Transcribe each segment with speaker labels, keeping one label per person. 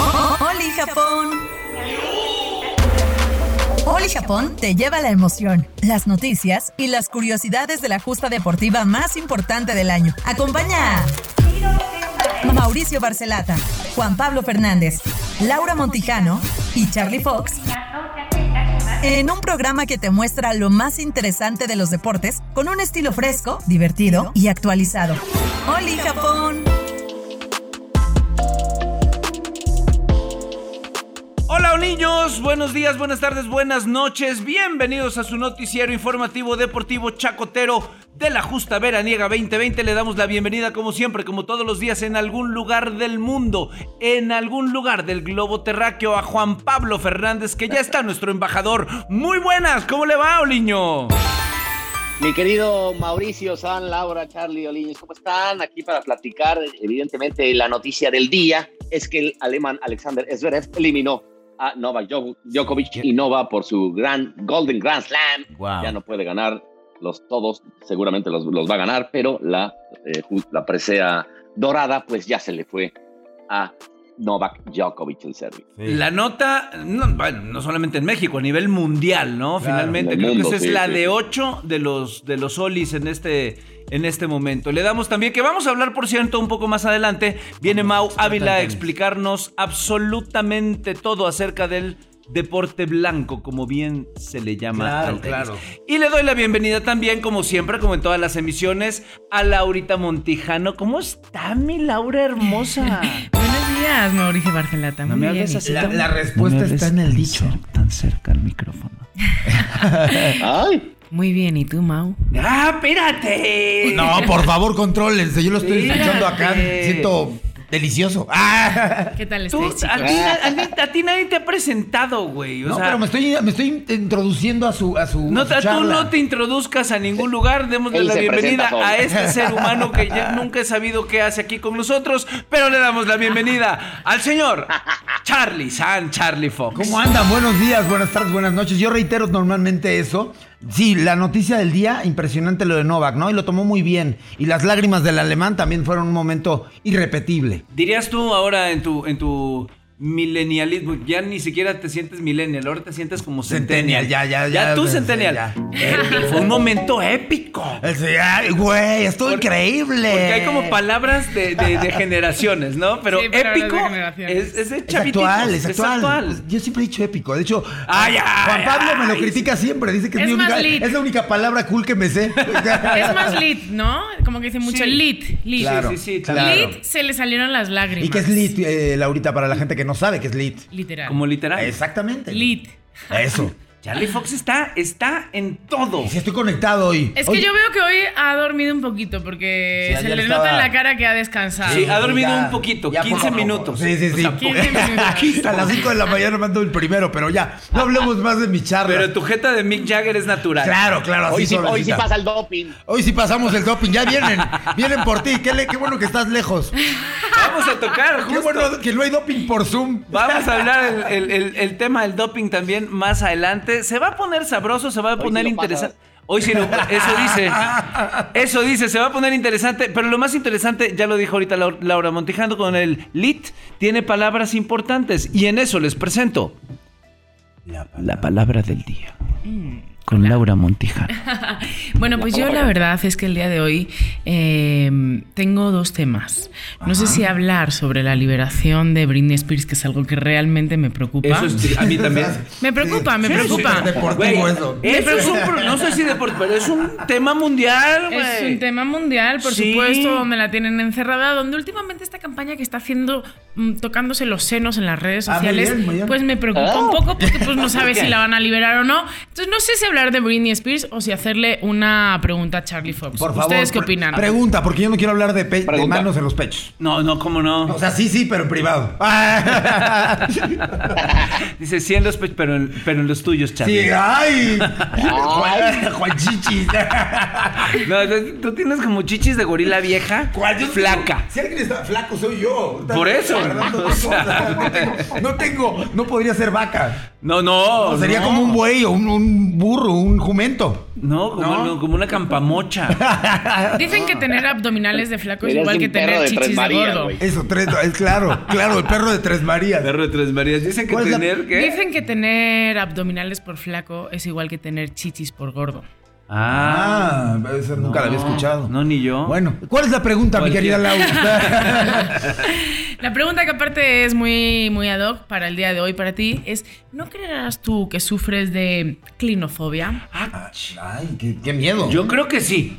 Speaker 1: ¡Oli Japón! Oli Japón te lleva la emoción, las noticias y las curiosidades de la justa deportiva más importante del año. Acompaña a Mauricio Barcelata, Juan Pablo Fernández, Laura Montijano y Charlie Fox en un programa que te muestra lo más interesante de los deportes con un estilo fresco, divertido y actualizado. ¡Oli Japón!
Speaker 2: Hola niños, buenos días, buenas tardes, buenas noches, bienvenidos a su noticiero informativo deportivo chacotero de la Justa Veraniega 2020. Le damos la bienvenida como siempre, como todos los días, en algún lugar del mundo, en algún lugar del globo terráqueo, a Juan Pablo Fernández, que ya está nuestro embajador. Muy buenas, ¿cómo le va, Oliño?
Speaker 3: Mi querido Mauricio, San, Laura, Charlie, Oliños, ¿cómo están? Aquí para platicar, evidentemente, la noticia del día es que el alemán Alexander Zverev eliminó a Novak Djok- Djokovic y Nova por su gran Golden Grand Slam.
Speaker 2: Wow.
Speaker 3: Ya no puede ganar los todos, seguramente los, los va a ganar, pero la, eh, ju- la presea dorada pues ya se le fue a Novak Djokovic el serbio.
Speaker 2: La nota, no, bueno, no solamente en México, a nivel mundial, ¿no?
Speaker 4: Claro.
Speaker 2: Finalmente,
Speaker 3: En el
Speaker 2: creo
Speaker 3: mundo,
Speaker 2: que esa
Speaker 3: sí,
Speaker 2: es la
Speaker 3: sí,
Speaker 2: de
Speaker 3: sí.
Speaker 2: 8 de los, de los Olis en este, en este momento. Le damos también, que vamos a hablar, por cierto, un poco más adelante. Viene Mau Ávila a
Speaker 4: tenis.
Speaker 2: explicarnos absolutamente todo acerca del deporte blanco, como bien se le llama.
Speaker 4: Claro,
Speaker 2: al tenis.
Speaker 4: claro.
Speaker 2: Y le doy la bienvenida también, como siempre, como en todas las emisiones, a Laurita Montijano. ¿Cómo está mi Laura hermosa?
Speaker 5: Buenos días, Mauricio Barcelata.
Speaker 2: No
Speaker 5: Muy
Speaker 2: me hables
Speaker 5: bien, ¿y
Speaker 2: así
Speaker 5: tú?
Speaker 4: La, la respuesta está en el dicho.
Speaker 2: Tan cerca al micrófono. Eh.
Speaker 3: ¡Ay!
Speaker 5: Muy bien, ¿y tú, Mau?
Speaker 2: ¡Ah, espérate!
Speaker 4: No, por favor, contrólense. Yo lo estoy escuchando acá.
Speaker 2: Espérate.
Speaker 4: Siento delicioso. ¡Ah!
Speaker 5: ¿Qué tal
Speaker 2: Tú, a,
Speaker 5: estáis,
Speaker 2: ti,
Speaker 5: chicos?
Speaker 2: na- a ti- a ti nadie te ha presentado, güey. O
Speaker 4: No,
Speaker 2: sea,
Speaker 4: pero me estoy, me estoy introduciendo a su, a su,
Speaker 2: no
Speaker 4: a su
Speaker 2: te- tú
Speaker 4: charla.
Speaker 2: no te introduzcas a ningún lugar. Démosle
Speaker 3: Él
Speaker 2: la
Speaker 3: se
Speaker 2: bienvenida
Speaker 3: presenta solo.
Speaker 2: a este ser humano que ya nunca he sabido qué hace aquí con nosotros, pero le damos la bienvenida al señor Charlie San Charlie Fox.
Speaker 4: ¿Cómo andan? Buenos días, buenas tardes, buenas noches. Yo reitero normalmente eso. Sí, la noticia del día, impresionante lo de Novak, ¿no? Y lo tomó muy bien. Y las lágrimas del alemán también fueron un momento irrepetible.
Speaker 2: Dirías tú ahora en tu, en tu milenialismo, ya ni siquiera te sientes millennial, ahora te sientes como centennial.
Speaker 4: Centennial, ya, ya,
Speaker 2: Ya
Speaker 4: ya,
Speaker 2: tú
Speaker 4: sí,
Speaker 2: centennial.
Speaker 4: ya.
Speaker 2: Eh, Fue un momento épico.
Speaker 4: Ese, ay, güey, estuvo
Speaker 2: Porque-
Speaker 4: increíble.
Speaker 2: Porque hay
Speaker 4: Eh.
Speaker 2: como palabras de, de- de generaciones, ¿no? Pero
Speaker 5: Sí, pero
Speaker 2: épico
Speaker 5: de generaciones.
Speaker 2: es, es de
Speaker 4: Es
Speaker 2: chavititos.
Speaker 4: actual, es actual, Pues,
Speaker 2: actual.
Speaker 4: Yo siempre he dicho épico. De hecho,
Speaker 2: Ay, ay,
Speaker 4: Juan Pablo me lo
Speaker 2: ay.
Speaker 4: critica siempre. Dice que es,
Speaker 5: Es
Speaker 4: mi
Speaker 5: más
Speaker 4: única,
Speaker 5: lit.
Speaker 4: es la única palabra cool que me sé.
Speaker 5: Es más lit, ¿no? Como que dice mucho
Speaker 2: Sí.
Speaker 5: lit, lit.
Speaker 4: Claro,
Speaker 2: Sí, sí, sí,
Speaker 4: claro.
Speaker 5: Lit se le salieron las lágrimas.
Speaker 4: ¿Y qué es lit, eh, Laurita, para la gente que no sabe qué es lit?
Speaker 5: Literal.
Speaker 2: Como literal.
Speaker 4: Exactamente.
Speaker 5: lit.
Speaker 4: Eso.
Speaker 2: Charlie Fox está, está en todo.
Speaker 4: Y si estoy conectado hoy.
Speaker 5: Es que yo veo que hoy ha dormido un poquito porque
Speaker 4: Sí,
Speaker 5: se
Speaker 4: ayer
Speaker 5: le
Speaker 4: estaba-
Speaker 5: nota en la cara que ha descansado.
Speaker 2: Sí, ha
Speaker 4: sí,
Speaker 2: dormido
Speaker 4: ya,
Speaker 2: un poquito,
Speaker 4: ya,
Speaker 2: 15
Speaker 4: por favor.
Speaker 2: minutos.
Speaker 4: pues, Sí, sí,
Speaker 2: O
Speaker 4: sí.
Speaker 2: sea,
Speaker 5: 15 minutos.
Speaker 4: A las 5 de la mañana mando el primero, pero ya. No hablemos más de mi charla.
Speaker 2: pero tu jeta de Mick Jagger es natural.
Speaker 4: Claro, claro. Así
Speaker 3: Hoy sí, hoy sí
Speaker 4: suavecita.
Speaker 3: pasa el doping.
Speaker 4: Hoy sí pasamos el doping. Ya vienen. Vienen por ti. Qué, le- qué bueno que estás lejos.
Speaker 2: Vamos a tocar,
Speaker 4: Qué
Speaker 2: justo.
Speaker 4: bueno que no hay doping por Zoom.
Speaker 2: Vamos a hablar el, el- el- el tema del doping también más adelante. Se va a poner sabroso, se va a
Speaker 3: Hoy
Speaker 2: poner
Speaker 3: sí lo
Speaker 2: interesante.
Speaker 3: pasas.
Speaker 2: Hoy sí lo, eso dice, eso dice, se va a poner interesante, pero lo más interesante, ya lo dijo ahorita Lau- Laura Montijando con el lit, tiene palabras importantes y en eso les presento la, palabra del día con Laura Montijano.
Speaker 5: Bueno, pues yo la verdad es que el día de hoy eh, tengo dos temas. No sé si hablar sobre la liberación de Britney Spears, que es algo que realmente me preocupa.
Speaker 2: Eso es, a mí también.
Speaker 5: Me preocupa, me
Speaker 2: Sí,
Speaker 5: preocupa.
Speaker 4: sí, deportivo
Speaker 2: Güey,
Speaker 4: eso.
Speaker 2: es un pro- no sé si deporte, pero es un tema mundial, güey.
Speaker 5: Es un tema mundial, por
Speaker 2: Sí.
Speaker 5: supuesto, donde la tienen encerrada, donde últimamente esta campaña que está haciendo mm, tocándose los senos en las redes
Speaker 4: Ah, muy
Speaker 5: sociales,
Speaker 4: bien, muy bien.
Speaker 5: pues me preocupa
Speaker 3: Ah.
Speaker 5: un poco porque pues no sabe
Speaker 2: ¿Por qué?
Speaker 5: si la van a liberar o no. Entonces no sé si hablar de Britney Spears o si hacerle una pregunta a Charlie Fox.
Speaker 4: Por favor.
Speaker 5: ¿Ustedes qué
Speaker 4: pre-
Speaker 5: opinan?
Speaker 4: Pregunta, porque yo no quiero hablar de, pe- de
Speaker 3: Pregunta.
Speaker 4: manos en los pechos.
Speaker 2: No, no, cómo no.
Speaker 4: O sea, sí, sí, pero en privado.
Speaker 2: Dice, sí en los pech- pero en, pero en los tuyos, Charlie.
Speaker 4: Sí, ay. Juan, Juan Chichis.
Speaker 2: No, tú- tú tienes como chichis de gorila vieja,
Speaker 4: Juan, yo-
Speaker 2: flaca.
Speaker 4: Si alguien está flaco, soy yo.
Speaker 2: Por eso.
Speaker 4: Fernando,
Speaker 2: O sea.
Speaker 4: no, tengo, no tengo- no podría ser vaca.
Speaker 2: No, no.
Speaker 4: sería
Speaker 2: no.
Speaker 4: como un buey o un, un burro, un jumento.
Speaker 2: No, como no.
Speaker 4: No.
Speaker 2: no, como una campamocha.
Speaker 5: Dicen que tener abdominales de flaco es
Speaker 3: Eres
Speaker 5: igual
Speaker 3: un
Speaker 5: que
Speaker 3: perro
Speaker 5: tener
Speaker 3: de Tres
Speaker 5: chichis de
Speaker 3: Marías,
Speaker 5: gordo.
Speaker 3: güey.
Speaker 4: Eso, tres, es claro, claro, el perro de Tres Marías.
Speaker 2: Perro de tres Marías. Dicen que
Speaker 4: ¿Cuál es la-
Speaker 2: tener qué.
Speaker 5: Dicen que tener abdominales por flaco es igual que tener chichis por gordo.
Speaker 2: Ah,
Speaker 4: Ah, esa nunca la había
Speaker 2: no,
Speaker 4: escuchado.
Speaker 2: No, ni yo.
Speaker 4: Ah. Bueno, ¿cuál es la pregunta, mi
Speaker 2: Cualquiera.
Speaker 4: querida Laura?
Speaker 5: La pregunta que aparte es muy, muy ad hoc para el día de hoy para ti es, ¿no creerás tú que sufres de clinofobia?
Speaker 2: Ah, ch-
Speaker 4: Ay, qué, qué miedo.
Speaker 2: yo creo que sí.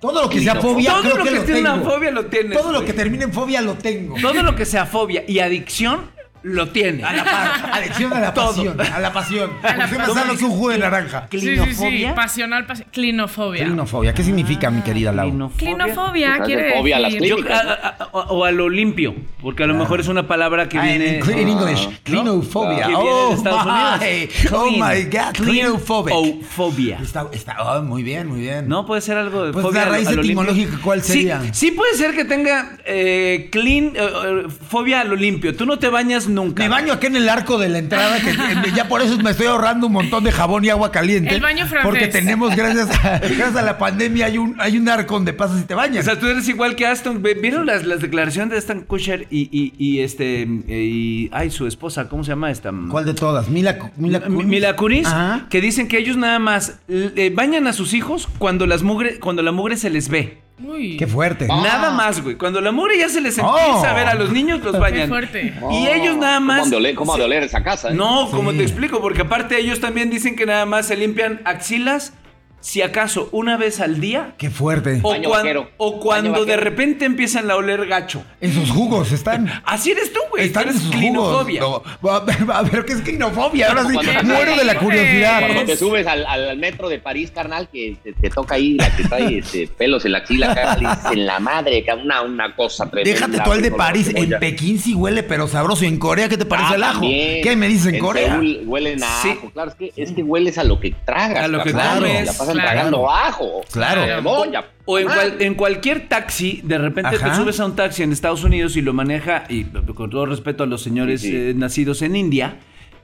Speaker 4: todo lo que sea
Speaker 3: Todo
Speaker 4: fobia,
Speaker 2: Todo
Speaker 4: creo
Speaker 2: lo que,
Speaker 4: que, lo
Speaker 2: tiene una
Speaker 4: tengo.
Speaker 2: fobia lo tiene.
Speaker 4: Todo lo que termine en fobia lo tengo.
Speaker 2: Todo lo que sea fobia y adicción lo tiene.
Speaker 4: A la pa- adicción a la
Speaker 2: Todo.
Speaker 4: pasión. A la pasión.
Speaker 5: A la
Speaker 4: Porque me
Speaker 5: pasión.
Speaker 4: sale que un jugo de naranja.
Speaker 2: ¿Clinofobia?
Speaker 5: Pasional, pas- clinofobia.
Speaker 4: Clinofobia. ¿Qué significa, mi querida Laura?
Speaker 5: Clinofobia
Speaker 3: Pues,
Speaker 5: quiere
Speaker 3: fobia a las
Speaker 5: decir...
Speaker 2: Yo-
Speaker 3: clínicas.
Speaker 2: a- a- a- o a lo limpio, porque a lo mejor es una palabra que
Speaker 4: Ah, en,
Speaker 2: viene.
Speaker 4: en English,
Speaker 2: que
Speaker 4: clinofobia.
Speaker 2: viene
Speaker 4: Oh,
Speaker 2: de Estados Unidos.
Speaker 4: my, oh
Speaker 2: Clean.
Speaker 4: my God, clinophobic.
Speaker 2: Cleanofobia.
Speaker 4: Está, está, ah, muy bien, muy bien.
Speaker 2: No puede ser algo de
Speaker 4: Pues
Speaker 2: fobia
Speaker 4: la
Speaker 2: a lo-
Speaker 4: raíz
Speaker 2: a lo limpio.
Speaker 4: etimológica, ¿cuál
Speaker 2: Sí, Sí,
Speaker 4: sería?
Speaker 2: puede ser que tenga eh, clean, eh, eh, fobia a lo limpio. Tú no te bañas nunca.
Speaker 4: Me baño aquí en el arco de la entrada, que eh, ya por eso me estoy ahorrando un montón de jabón y agua caliente.
Speaker 5: El baño francés.
Speaker 4: Porque tenemos, gracias a, gracias a la pandemia, hay un, hay un arco donde pasas y te
Speaker 2: O
Speaker 4: bañas.
Speaker 2: sea, tú eres igual que Aston. Ve- ¿Vieron las, las declaraciones de Aston Kutcher y, y- y este. Y, ay, su esposa, ¿cómo se llama esta?
Speaker 4: ¿Cuál de todas? Mila, Cu- Mila
Speaker 2: Mi-
Speaker 4: Kunis.
Speaker 2: Mila Kunis,
Speaker 4: Ajá.
Speaker 2: que dicen que ellos nada más eh, bañan a sus hijos cuando, las mugre, cuando la mugre se les ve.
Speaker 5: Uy,
Speaker 4: Qué fuerte.
Speaker 2: Nada más, güey. Cuando la mugre ya se les
Speaker 4: Ah. Oh.
Speaker 2: empieza a ver a los niños, los
Speaker 5: qué
Speaker 2: bañan.
Speaker 5: fuerte.
Speaker 2: Y ellos nada más.
Speaker 3: Oh, ¿Cómo ha de oler, cómo ha de oler esa casa? eh?
Speaker 2: No, como
Speaker 4: Sí.
Speaker 2: te explico, porque aparte ellos también dicen que nada más se limpian axilas, si acaso una vez al día.
Speaker 4: Qué fuerte.
Speaker 2: O,
Speaker 3: Baño
Speaker 2: cuan-
Speaker 3: vaquero.
Speaker 2: o cuando
Speaker 3: Baño
Speaker 2: de
Speaker 3: vaquero.
Speaker 2: repente empiezan a oler gacho.
Speaker 4: Esos jugos están.
Speaker 2: Así eres tú, güey. Tú
Speaker 4: Están en
Speaker 2: eres
Speaker 4: sus
Speaker 2: clinofobia.
Speaker 4: jugos. No, va- va- va- pero ¿qué es clinofobia? Ahora sí,
Speaker 3: Como cuando-
Speaker 4: muero de la curiosidad.
Speaker 3: Cuando te
Speaker 5: Es-
Speaker 3: subes al, al metro de París, carnal, que te, te toca ahí la que trae este, pelos en la axila, carnal, y dices, en la madre, que una, una cosa tremenda.
Speaker 4: Déjate tú al de
Speaker 3: güey,
Speaker 4: París.
Speaker 3: como
Speaker 4: En
Speaker 3: ya-
Speaker 4: Pekín sí huele, pero sabroso. ¿Y en Corea qué te parece
Speaker 3: Ah,
Speaker 4: el ajo?
Speaker 3: también.
Speaker 4: ¿Qué me dices en
Speaker 3: En
Speaker 4: Corea?
Speaker 3: Seúl huelen a
Speaker 2: Sí.
Speaker 3: ajo, claro, es que, es que hueles a lo que tragas.
Speaker 2: A lo que
Speaker 3: carnal,
Speaker 2: comes,
Speaker 3: La pasan
Speaker 5: claro.
Speaker 3: tragando ajo.
Speaker 4: Claro.
Speaker 3: cebolla,
Speaker 2: O en,
Speaker 3: madre.
Speaker 2: cual- en cualquier taxi, de repente
Speaker 4: Ajá.
Speaker 2: te subes a un taxi en Estados Unidos y lo maneja, y con todo respeto a los señores
Speaker 3: Sí, sí.
Speaker 2: eh, nacidos en India,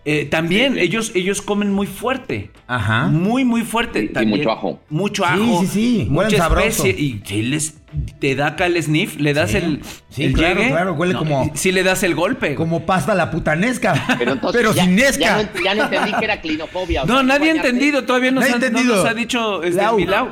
Speaker 2: eh, también
Speaker 3: Sí, sí.
Speaker 2: Ellos, ellos comen muy fuerte.
Speaker 4: Ajá.
Speaker 2: Muy, muy fuerte.
Speaker 3: Y- y
Speaker 2: también.
Speaker 3: mucho ajo.
Speaker 2: Mucho
Speaker 4: Sí,
Speaker 2: ajo.
Speaker 4: sí, sí, huelen
Speaker 2: Mucha
Speaker 4: sabroso.
Speaker 2: especie. Y sí les, te da acá el sniff, le das
Speaker 4: Sí.
Speaker 2: el,
Speaker 4: Sí,
Speaker 2: el
Speaker 4: claro,
Speaker 2: llegue.
Speaker 4: claro, huele como-
Speaker 2: Sí le das el golpe.
Speaker 4: Como pasta la putanesca. Pero,
Speaker 3: Pero entonces. ya-
Speaker 4: sin
Speaker 3: ya,
Speaker 4: esca.
Speaker 3: no, ent- ya no entendí que era clinofobia. o
Speaker 2: No,
Speaker 3: sea,
Speaker 2: nadie ha
Speaker 3: bañarte.
Speaker 2: entendido, todavía nos,
Speaker 4: Nadie
Speaker 2: ha,
Speaker 4: ha
Speaker 2: no
Speaker 4: entendido.
Speaker 2: nos ha dicho este,
Speaker 4: Lau.
Speaker 2: Milau.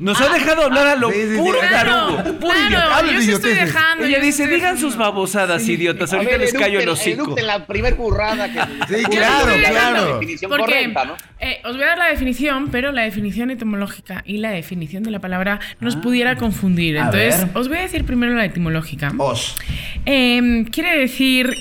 Speaker 2: Nos ha dejado hablar a lo
Speaker 4: Sí, sí, sí.
Speaker 2: puro
Speaker 5: Claro,
Speaker 2: tarugo. Puro idiota.
Speaker 5: claro,
Speaker 4: Hablen
Speaker 5: yo
Speaker 4: de
Speaker 5: sí estoy
Speaker 4: idioteces.
Speaker 5: dejando.
Speaker 2: Ella
Speaker 5: yo sí
Speaker 2: dice,
Speaker 5: estoy
Speaker 2: digan
Speaker 5: dejando".
Speaker 2: sus babasadas, idiotas.
Speaker 3: A
Speaker 2: Ahorita
Speaker 3: ver,
Speaker 2: les callo
Speaker 3: eructen-
Speaker 2: el hocico.
Speaker 3: eructen la primer burrada que.
Speaker 4: Sí,
Speaker 3: Yo
Speaker 4: claro,
Speaker 3: creo que ya
Speaker 4: claro.
Speaker 3: es la definición
Speaker 5: Porque
Speaker 3: correcta, ¿no?
Speaker 5: eh, os voy a dar la definición, pero la definición etimológica y la definición de la palabra nos pudiera confundir.
Speaker 4: A
Speaker 5: Entonces,
Speaker 4: ver. Oh.
Speaker 5: os voy a decir primero la etimológica.
Speaker 4: Os.
Speaker 5: Em, quiere decir,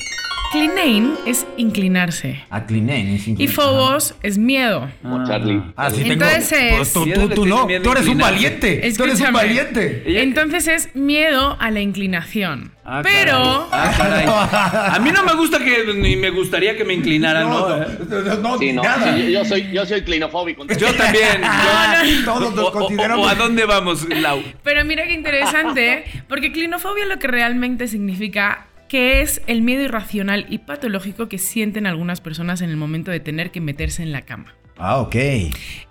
Speaker 5: clinein es inclinarse
Speaker 4: Aclinen. es
Speaker 5: y
Speaker 4: increíble.
Speaker 5: phobos es miedo.
Speaker 3: No, Charlie.
Speaker 4: Ah, sí,
Speaker 5: Entonces- eh,
Speaker 4: tengo. Pues tú,
Speaker 2: Miedo
Speaker 4: tú,
Speaker 2: le
Speaker 4: tú
Speaker 2: tiene
Speaker 4: no.
Speaker 2: miedo
Speaker 4: Tú eres un
Speaker 2: inclinarse.
Speaker 4: valiente. Tú eres un
Speaker 5: Escúchame.
Speaker 4: valiente.
Speaker 2: Ella-
Speaker 5: Entonces es miedo a la inclinación.
Speaker 2: Ah, caray.
Speaker 5: pero
Speaker 2: Ah, caray. A mí no me gusta que. Ni me gustaría que me inclinaran, Ah, ¿no. eh.
Speaker 4: No, no, no,
Speaker 3: Sí, no.
Speaker 4: nada.
Speaker 3: sí, yo, soy, yo soy clinofóbico.
Speaker 2: Yo también. yo-
Speaker 4: Todos
Speaker 2: o-
Speaker 4: nos
Speaker 2: o-
Speaker 4: consideramos.
Speaker 2: o a dónde vamos, Lau?
Speaker 5: Pero mira qué interesante, porque clinofobia lo que realmente significa que es el miedo irracional y patológico que sienten algunas personas en el momento de tener que meterse en la cama.
Speaker 4: Ah, ok.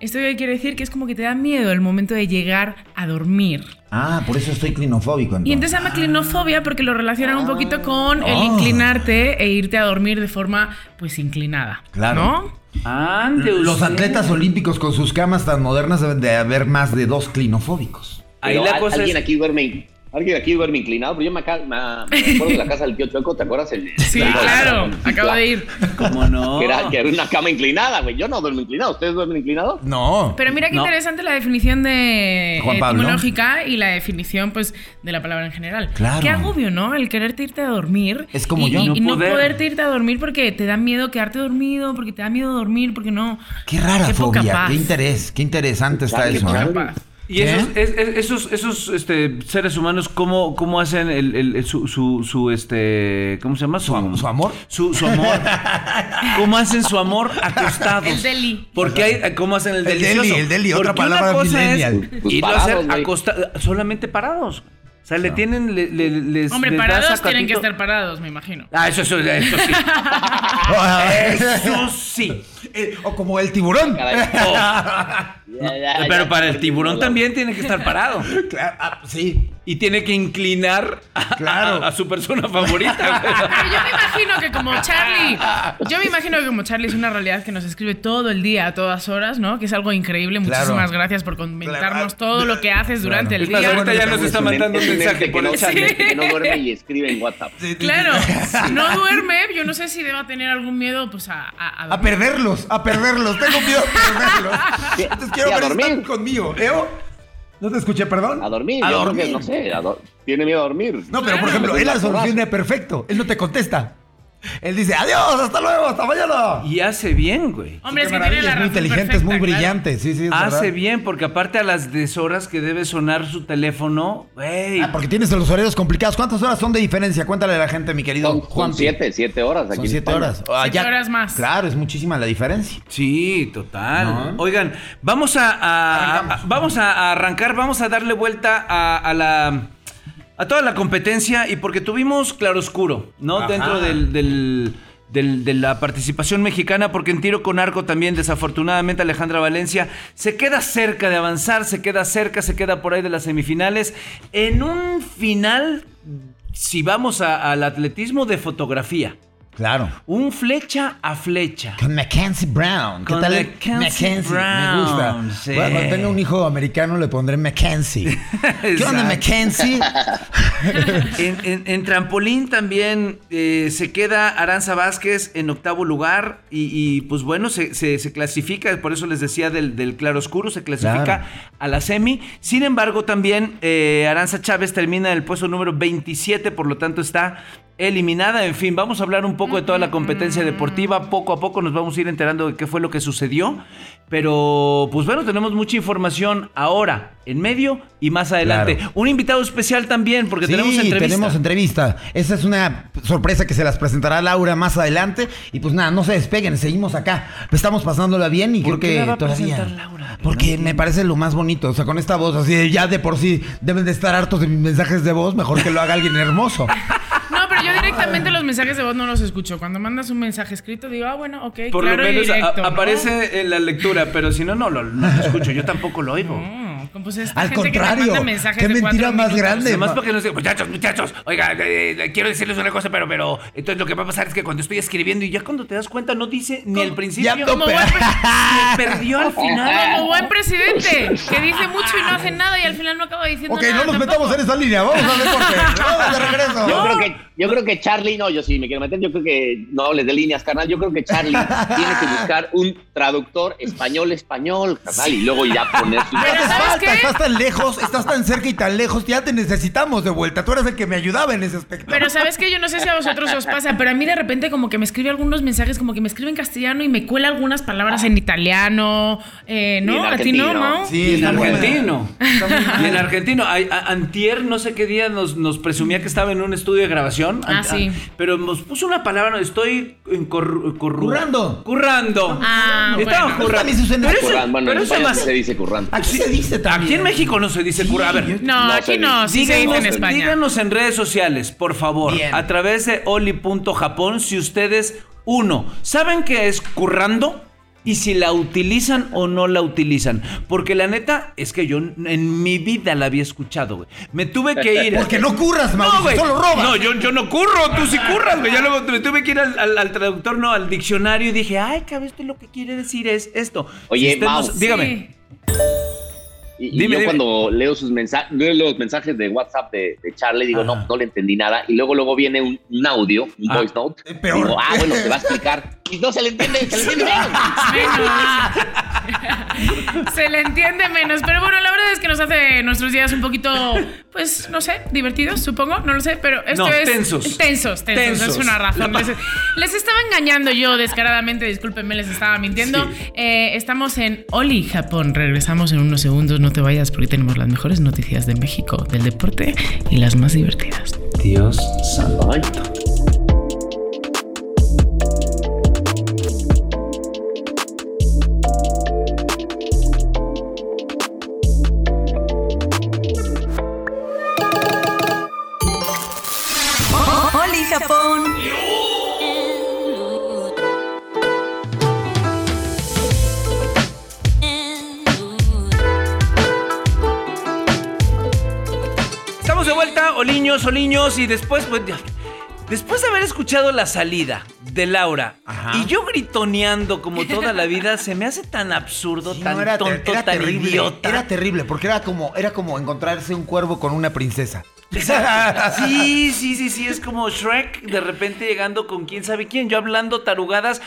Speaker 5: Esto que quiere decir que es como que te da miedo el momento de llegar a dormir.
Speaker 4: Ah, por eso estoy clinofóbico.
Speaker 5: Y entonces se llama clinofobia porque lo relacionan un poquito con el
Speaker 4: Ah.
Speaker 5: inclinarte e irte a dormir de forma pues inclinada.
Speaker 4: Claro.
Speaker 5: ¿No?
Speaker 2: Ande
Speaker 4: Los
Speaker 2: usted.
Speaker 4: atletas olímpicos con sus camas tan modernas deben de haber más de dos clinofóbicos.
Speaker 2: Ahí
Speaker 3: Pero
Speaker 2: la
Speaker 3: al-
Speaker 2: cosa
Speaker 3: alguien
Speaker 2: es-
Speaker 3: aquí duerme alguien aquí duerme inclinado, pero yo me, aca- me- me acuerdo de la casa del tío Chueco, ¿te acuerdas? El-
Speaker 5: Sí,
Speaker 3: la-
Speaker 5: claro,
Speaker 3: la-
Speaker 5: acabo
Speaker 3: la-
Speaker 5: de ir.
Speaker 2: ¿Cómo no?
Speaker 3: Que era, que era una cama inclinada, güey. Yo no duermo inclinado. ¿Ustedes duermen inclinados?
Speaker 4: No.
Speaker 5: Pero mira qué
Speaker 2: No.
Speaker 5: interesante la definición de eh,
Speaker 4: Juan Pablo.
Speaker 5: etimológica y la definición pues de la palabra en general.
Speaker 4: Claro.
Speaker 5: Qué agobio, ¿no? El quererte irte a dormir.
Speaker 4: Es como
Speaker 5: y,
Speaker 4: yo.
Speaker 5: y-
Speaker 2: No
Speaker 5: y no
Speaker 2: poder.
Speaker 5: poderte irte a dormir porque te da miedo quedarte dormido, porque te da miedo dormir, porque no.
Speaker 4: Qué rara
Speaker 5: poca
Speaker 4: fobia.
Speaker 5: paz.
Speaker 4: Qué interés. Qué interesante está
Speaker 3: Charlie,
Speaker 4: eso.
Speaker 5: Qué
Speaker 4: ¿eh?
Speaker 3: Charlie.
Speaker 5: paz.
Speaker 2: Y esos,
Speaker 4: ¿Eh?
Speaker 2: es- es- esos, esos este, seres humanos, ¿cómo, cómo hacen el, el- el- su, su, su, este, ¿cómo se llama?
Speaker 4: Su- su amor.
Speaker 2: Su, su amor. ¿Cómo hacen su amor acostados?
Speaker 5: El deli.
Speaker 2: Porque hay, ¿cómo hacen el
Speaker 4: El deli,
Speaker 2: delicioso?
Speaker 4: el deli, otra
Speaker 2: Porque
Speaker 4: palabra
Speaker 2: una cosa es
Speaker 4: millennial.
Speaker 3: Pues
Speaker 2: irlo a
Speaker 3: parados,
Speaker 2: hacer
Speaker 3: güey.
Speaker 2: acosta- solamente parados. sea,
Speaker 4: Ah.
Speaker 2: le tienen, le- le- les.
Speaker 5: Hombre,
Speaker 2: les da
Speaker 5: parados tienen que
Speaker 2: sacatito.
Speaker 5: estar parados, me imagino.
Speaker 2: Ah, eso, eso, eso sí.
Speaker 5: Ah,
Speaker 2: eso sí. Eh,
Speaker 4: Ah, o como el tiburón.
Speaker 3: Caray.
Speaker 2: oh,
Speaker 3: Ya, ya,
Speaker 2: pero
Speaker 3: ya.
Speaker 2: para el tiburón también tiene que estar parado.
Speaker 4: Claro, ah, sí.
Speaker 2: Y tiene que inclinar a,
Speaker 4: Claro.
Speaker 2: a- a su persona favorita. güey.
Speaker 5: Pero yo me imagino que como Charlie, yo me imagino que como Charlie es una realidad que nos escribe todo el día, a todas horas, ¿no? Que es algo increíble.
Speaker 4: Claro.
Speaker 5: Muchísimas gracias por comentarnos
Speaker 4: Claro.
Speaker 5: todo lo que haces durante
Speaker 4: Claro.
Speaker 5: el
Speaker 2: Es más,
Speaker 5: día.
Speaker 2: ahorita ya nos
Speaker 3: Es
Speaker 2: está
Speaker 3: un ente-
Speaker 2: mandando un
Speaker 3: es ente
Speaker 2: mensaje
Speaker 3: que
Speaker 2: por
Speaker 3: no-
Speaker 2: el chat.
Speaker 3: es un ente que no duerme y escribe en WhatsApp.
Speaker 4: Sí, sí, sí.
Speaker 5: Claro, si no duerme, yo no sé si deba tener algún miedo, pues a, a- a-
Speaker 4: A perderlos, a perderlos. Tengo miedo a perderlos.
Speaker 3: Sí,
Speaker 4: Entonces quiero
Speaker 3: sí, a
Speaker 4: ver si están
Speaker 3: dormir.
Speaker 4: conmigo. ¿Eo? No te escuché, perdón.
Speaker 3: A dormir. Ah,
Speaker 4: A
Speaker 3: yo creo que,
Speaker 4: dormir.
Speaker 3: no sé, a do- tiene miedo a dormir. pues
Speaker 4: No, pero por
Speaker 5: Claro.
Speaker 4: ejemplo, él la solución es perfecto. Él no te contesta. Él dice, adiós, hasta luego, hasta mañana.
Speaker 2: Y hace bien, güey.
Speaker 5: Hombre, es
Speaker 4: Qué
Speaker 5: que
Speaker 4: maravilla,
Speaker 5: tiene la
Speaker 4: es muy
Speaker 5: razón
Speaker 4: inteligente, es muy
Speaker 5: perfecta, claro.
Speaker 4: brillante. Sí, sí, es
Speaker 2: Hace
Speaker 4: verdad.
Speaker 2: bien, porque aparte a las deshoras que debe sonar su teléfono, güey.
Speaker 4: Ah, porque tienes los horarios complicados. ¿Cuántas horas son de diferencia? Cuéntale a la gente, mi querido
Speaker 3: Son, son
Speaker 4: Juan.
Speaker 3: siete, siete horas aquí.
Speaker 4: Son
Speaker 3: en
Speaker 4: siete
Speaker 3: España.
Speaker 4: horas. Ah,
Speaker 5: Siete horas más.
Speaker 4: Claro, es muchísima la diferencia.
Speaker 2: Sí, total.
Speaker 4: ¿No?
Speaker 2: Oigan, vamos a, a-
Speaker 4: Arrancamos.
Speaker 2: a- vamos a, a arrancar, vamos a darle vuelta a, a la a toda la competencia y porque tuvimos claroscuro, ¿no?
Speaker 4: Ajá.
Speaker 2: Dentro del, del- del- de la participación mexicana, porque en tiro con arco también, desafortunadamente, Alejandra Valencia se queda cerca de avanzar, se queda cerca, se queda por ahí de las semifinales. En un final, si vamos a- al atletismo de fotografía,
Speaker 4: Claro.
Speaker 2: un flecha a flecha.
Speaker 4: Con Mackenzie Brown. ¿Qué
Speaker 2: Con
Speaker 4: tal?
Speaker 2: Mackenzie
Speaker 4: Me
Speaker 2: Brown,
Speaker 4: gusta.
Speaker 2: sí.
Speaker 4: Bueno, cuando tenga un hijo americano le pondré Mackenzie. ¿Qué onda,
Speaker 2: Exacto.
Speaker 4: Mackenzie?
Speaker 2: En, en- en trampolín también eh, se queda Aranza Vázquez en octavo lugar y, y, pues bueno, se, se- se clasifica, por eso les decía del, del claroscuro, se clasifica
Speaker 4: Claro.
Speaker 2: a la semi. Sin embargo, también eh, Aranza Chávez termina en el puesto número 27, por lo tanto está eliminada. En fin, vamos a hablar un poco de toda la competencia deportiva. Poco a poco nos vamos a ir enterando de qué fue lo que sucedió. Pero pues bueno, tenemos mucha información ahora, en medio y más adelante.
Speaker 4: Claro.
Speaker 2: Un invitado especial también, porque
Speaker 4: Sí,
Speaker 2: tenemos entrevista.
Speaker 4: tenemos entrevista. Esa es una sorpresa que se las presentará Laura más adelante. Y pues nada, no se despeguen, seguimos acá. Estamos pasándola bien y
Speaker 2: ¿Por
Speaker 4: creo
Speaker 2: qué
Speaker 4: que
Speaker 2: la va a
Speaker 4: todavía.
Speaker 2: presentar Laura?
Speaker 4: Porque me parece lo más bonito. O sea, con esta voz así, de- ya de por sí deben de estar hartos de mis mensajes de voz. Mejor que lo haga alguien hermoso.
Speaker 5: No, pero yo directamente los mensajes de voz no los escucho. Cuando mandas un mensaje escrito, digo, ah, bueno, ok,
Speaker 2: Por
Speaker 5: claro
Speaker 2: lo
Speaker 5: y
Speaker 2: menos a-
Speaker 5: directo, ¿no?
Speaker 2: aparece en la lectura, pero si no, no lo, no lo escucho. Yo tampoco lo oigo.
Speaker 5: No, como pues esta
Speaker 4: Al
Speaker 5: gente que te
Speaker 4: contrario,
Speaker 5: manda mensajes
Speaker 4: qué
Speaker 5: de cuatro
Speaker 4: mentira más
Speaker 5: minutos.
Speaker 4: grande.
Speaker 2: Además,
Speaker 4: ma-
Speaker 2: porque no sé, muchachos, muchachos, oiga, eh, eh, quiero decirles una cosa, pero, pero, entonces lo que va a pasar es que cuando estoy escribiendo y ya cuando te das cuenta no dice ni el principio,
Speaker 4: Ya
Speaker 5: Como
Speaker 4: tope.
Speaker 5: buen, pre-
Speaker 2: se perdió al final.
Speaker 5: Ah, como buen presidente, que dice mucho y no hace nada y al final no acaba diciendo
Speaker 4: ok,
Speaker 5: nada.
Speaker 4: no nos
Speaker 5: tampoco.
Speaker 4: metamos en esa línea. Vamos a ver por qué. Vamos de regreso.
Speaker 3: Yo creo que, yo creo que Charlie, no, yo sí me quiero meter, yo creo que no hables de líneas, carnal, yo creo que Charlie tiene que buscar un traductor español-español, carnal, y luego ya poner su...
Speaker 4: No
Speaker 5: Pero
Speaker 4: haces
Speaker 5: ¿sabes
Speaker 4: falta,
Speaker 5: qué?
Speaker 4: estás tan lejos, estás tan cerca y tan lejos, ya te necesitamos de vuelta. Tú eres el que me ayudaba en ese aspecto.
Speaker 5: Pero sabes que yo no sé si a vosotros os pasa, pero a mí de repente como que me escribe algunos mensajes, como que me escribe en castellano y me cuela algunas palabras en italiano, eh,
Speaker 3: Y
Speaker 5: ¿no?
Speaker 3: en
Speaker 5: A ti no,
Speaker 3: argentino.
Speaker 5: ¿no?
Speaker 2: Y en
Speaker 4: está muy bueno.
Speaker 2: argentino.
Speaker 4: Está muy
Speaker 2: Y en
Speaker 4: bueno.
Speaker 2: argentino, Ay, a- antier no sé qué día nos, nos presumía que estaba en un estudio de grabación.
Speaker 5: Ah,
Speaker 2: An-
Speaker 5: sí.
Speaker 2: ah, Pero nos puso una palabra, estoy en corru- corru-
Speaker 4: Currando.
Speaker 2: Currando.
Speaker 5: Ah,
Speaker 2: Estaba
Speaker 5: bueno.
Speaker 2: currando.
Speaker 4: También se usa en
Speaker 2: Pero
Speaker 4: el
Speaker 2: eso-
Speaker 3: Curran, bueno,
Speaker 2: pero
Speaker 3: en
Speaker 2: eso
Speaker 3: España
Speaker 2: más-
Speaker 3: se dice currante.
Speaker 4: Aquí se dice también.
Speaker 2: Aquí en México no se dice
Speaker 4: Sí,
Speaker 2: curra. A ver,
Speaker 4: yo-
Speaker 5: No,
Speaker 3: No
Speaker 5: aquí
Speaker 3: sé,
Speaker 5: no, sí se dice
Speaker 2: díganos,
Speaker 5: en España.
Speaker 2: díganos en redes sociales, por favor,
Speaker 4: Bien.
Speaker 2: a través de oli.japón, si ustedes, uno, saben que es currando y si la utilizan o no la utilizan. Porque la neta es que yo en mi vida la había escuchado, güey. Me tuve que ir.
Speaker 4: Porque no curras, Mauricio,
Speaker 2: güey.
Speaker 4: solo robas.
Speaker 2: No, yo, yo no curro, tú sí curras, güey. Ya luego me tuve que ir al, al- al traductor, no, al diccionario y dije, ay, cabrón, esto lo que quiere decir es esto.
Speaker 3: Oye,
Speaker 2: usted no
Speaker 3: Mau.
Speaker 2: sa- dígame.
Speaker 3: Y, y
Speaker 2: Dime,
Speaker 3: yo
Speaker 2: dime.
Speaker 3: cuando leo sus mensajes, leo los mensajes de WhatsApp de, de Charlie, digo, no, no le entendí nada. Y luego, luego viene un, un audio, un
Speaker 2: Ah,
Speaker 3: voice note.
Speaker 4: eh, peor.
Speaker 3: Digo, ah, bueno, te va a explicar. Y no se le entiende, se le entiende. menos.
Speaker 5: Menos. Se le entiende menos, pero bueno, la verdad es que nos hace nuestros días un poquito, pues, no sé, divertidos, supongo, no lo sé, pero esto
Speaker 2: No,
Speaker 5: es...
Speaker 2: tensos.
Speaker 5: Tensos, tensos,
Speaker 2: Tensos.
Speaker 5: es una razón. Les, les estaba engañando yo descaradamente, discúlpenme, les estaba mintiendo. Eh, estamos en Oli, Japón, regresamos en unos segundos, no te vayas porque tenemos las mejores noticias de México, del deporte y las más divertidas.
Speaker 2: Dios santo.
Speaker 3: Ay.
Speaker 1: Japón.
Speaker 2: Estamos de vuelta, Oliños, Oliños, y después, pues, ya. después de haber escuchado la salida de Laura
Speaker 4: Ajá.
Speaker 2: y yo gritoneando como toda la vida, se me hace tan absurdo,
Speaker 4: Sí,
Speaker 2: tan
Speaker 4: no, era ter-
Speaker 2: tonto,
Speaker 4: era
Speaker 2: tan
Speaker 4: terrible,
Speaker 2: idiota.
Speaker 4: Era terrible, porque era como, era como encontrarse un cuervo con una princesa.
Speaker 2: Sí, sí, sí, sí, es como Shrek de repente llegando con quién sabe quién, yo hablando tarugadas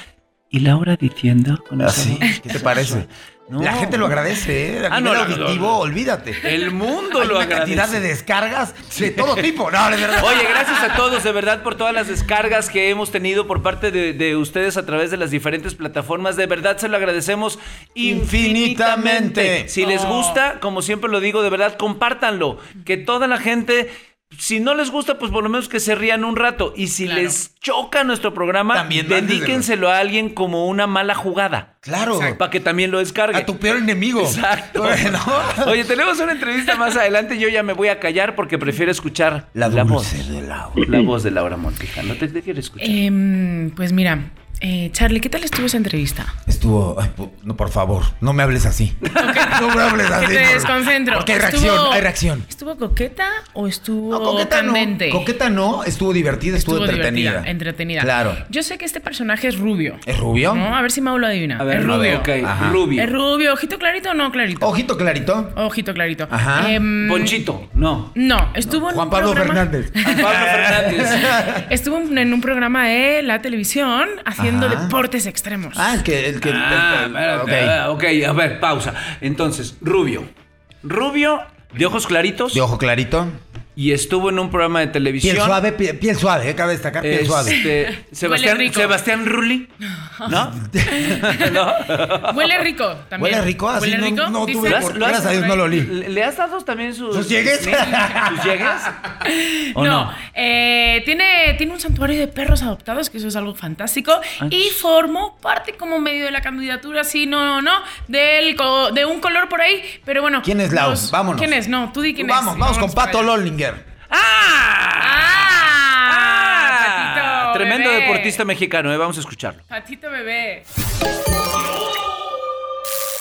Speaker 2: y Laura diciendo con
Speaker 4: Así,
Speaker 2: esa voz.
Speaker 4: ¿qué te parece?
Speaker 2: No.
Speaker 4: La gente lo agradece, ¿eh? A
Speaker 2: Ah,
Speaker 4: nivel
Speaker 2: no, no,
Speaker 4: auditivo,
Speaker 2: no, no.
Speaker 4: olvídate.
Speaker 2: El mundo
Speaker 4: Hay
Speaker 2: lo
Speaker 4: una cantidad
Speaker 2: agradece.
Speaker 4: de descargas de todo tipo. No, de verdad.
Speaker 2: Oye, gracias a todos de verdad por todas las descargas que hemos tenido por parte de, de ustedes a través de las diferentes plataformas. De verdad se lo agradecemos infinitamente.
Speaker 4: Infinitamente.
Speaker 2: Si les
Speaker 5: Oh.
Speaker 2: gusta, como siempre lo digo, de verdad, compártanlo. Que toda la gente, si no les gusta, pues por lo menos que se rían un rato. Y si
Speaker 5: Claro.
Speaker 2: les choca nuestro programa,
Speaker 4: También mándenlo.
Speaker 2: dedíquenselo a alguien como una mala jugada.
Speaker 4: Claro.
Speaker 2: Para que también lo descargue.
Speaker 4: A tu peor enemigo.
Speaker 2: Exacto.
Speaker 4: Bueno.
Speaker 2: Oye, tenemos una entrevista más adelante. Yo ya me voy a callar porque prefiero escuchar
Speaker 4: La
Speaker 2: voz.
Speaker 4: dulce de Laura.
Speaker 2: La voz de Laura Montija. No te, te quiero escuchar.
Speaker 5: Em, pues mira, eh, Charlie, ¿qué tal estuvo esa entrevista?
Speaker 4: Estuvo. ay, pu- no, por favor, no me hables así. No me hables así.
Speaker 5: Que te
Speaker 4: por-
Speaker 5: desconcentro.
Speaker 4: Porque hay
Speaker 5: Estuvo-
Speaker 4: reacción, hay reacción.
Speaker 5: ¿Estuvo coqueta o estuvo
Speaker 4: No, coqueta no.
Speaker 5: candente?
Speaker 4: Coqueta no, estuvo divertida, estuvo, entretenida.
Speaker 5: divertida, entretenida.
Speaker 4: Claro.
Speaker 5: Yo sé que este personaje es rubio.
Speaker 4: ¿Es rubio?
Speaker 5: ¿No? A ver si Mau lo adivina.
Speaker 2: A ver,
Speaker 5: es
Speaker 2: a ver,
Speaker 5: rubio.
Speaker 2: ok,
Speaker 4: Ajá.
Speaker 2: Rubio.
Speaker 5: Es rubio. ¿Ojito clarito o no clarito?
Speaker 4: Ojito clarito.
Speaker 5: Ojito clarito.
Speaker 4: Ajá.
Speaker 5: Em,
Speaker 2: Ponchito, no. Ah,
Speaker 5: No, estuvo en
Speaker 4: Juan
Speaker 5: un
Speaker 4: Pablo
Speaker 5: programa-
Speaker 4: Fernández.
Speaker 2: Pablo
Speaker 4: Ah,
Speaker 2: Fernández.
Speaker 5: Estuvo en un programa de la televisión haciendo
Speaker 4: Ajá.
Speaker 5: deportes extremos.
Speaker 4: Ah, el que. El que
Speaker 2: Ah,
Speaker 4: el-
Speaker 2: espérate,
Speaker 4: ok.
Speaker 2: ah, ok, a ver, pausa. Entonces, Rubio. Rubio, de ojos claritos.
Speaker 4: De ojo clarito.
Speaker 2: Y estuvo en un programa de televisión.
Speaker 4: Piel suave, pie- piel, suave, eh, cabe destacar, piel
Speaker 2: Este,
Speaker 4: suave.
Speaker 2: Sebastián,
Speaker 5: rico.
Speaker 2: Sebastián Rulli. ¿No? ¿No?
Speaker 5: Huele rico también.
Speaker 4: Huele rico, así
Speaker 5: Huele
Speaker 4: no-
Speaker 5: rico.
Speaker 4: no tuve
Speaker 5: dicen.
Speaker 4: por- gracias a Dios no lo olí.
Speaker 2: ¿Le le has dado también sus.
Speaker 4: ¿Sus llegues?
Speaker 2: sí, ¿Sus llegues? ¿O
Speaker 5: no, eh, tiene, tiene un santuario de perros adoptados, que eso es algo fantástico,
Speaker 4: Ah.
Speaker 5: y formó parte como medio de la candidatura, sí, no, no, del co- de un color por ahí, pero bueno.
Speaker 4: ¿Quién es Lau?
Speaker 5: los-
Speaker 4: Vámonos.
Speaker 5: ¿Quién es? No, tú di quién
Speaker 4: vamos,
Speaker 5: es.
Speaker 4: vamos con
Speaker 5: para
Speaker 4: Pato
Speaker 5: allá.
Speaker 4: Lollinger.
Speaker 5: ¡Ah! Patito,
Speaker 2: Tremendo
Speaker 5: bebé.
Speaker 2: deportista mexicano, ¿eh? vamos a escucharlo.
Speaker 5: Patito bebé.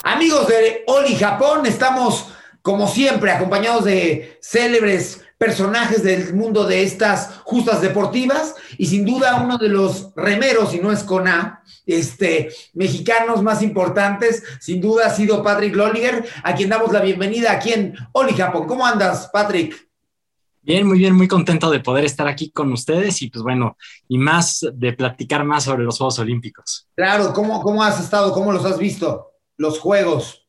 Speaker 6: Amigos de Oli Japón, estamos como siempre acompañados de célebres personajes del mundo de estas justas deportivas y sin duda uno de los remeros, si no es con A, este, mexicanos más importantes, sin duda ha sido Patrick Lolliger, a quien damos la bienvenida aquí en Oli Japón. ¿Cómo andas, Patrick?
Speaker 7: Bien, muy bien, muy contento de poder estar aquí con ustedes y pues bueno, y más de platicar más sobre los Juegos Olímpicos.
Speaker 6: Claro, ¿cómo, cómo has estado? ¿Cómo los has visto? Los juegos.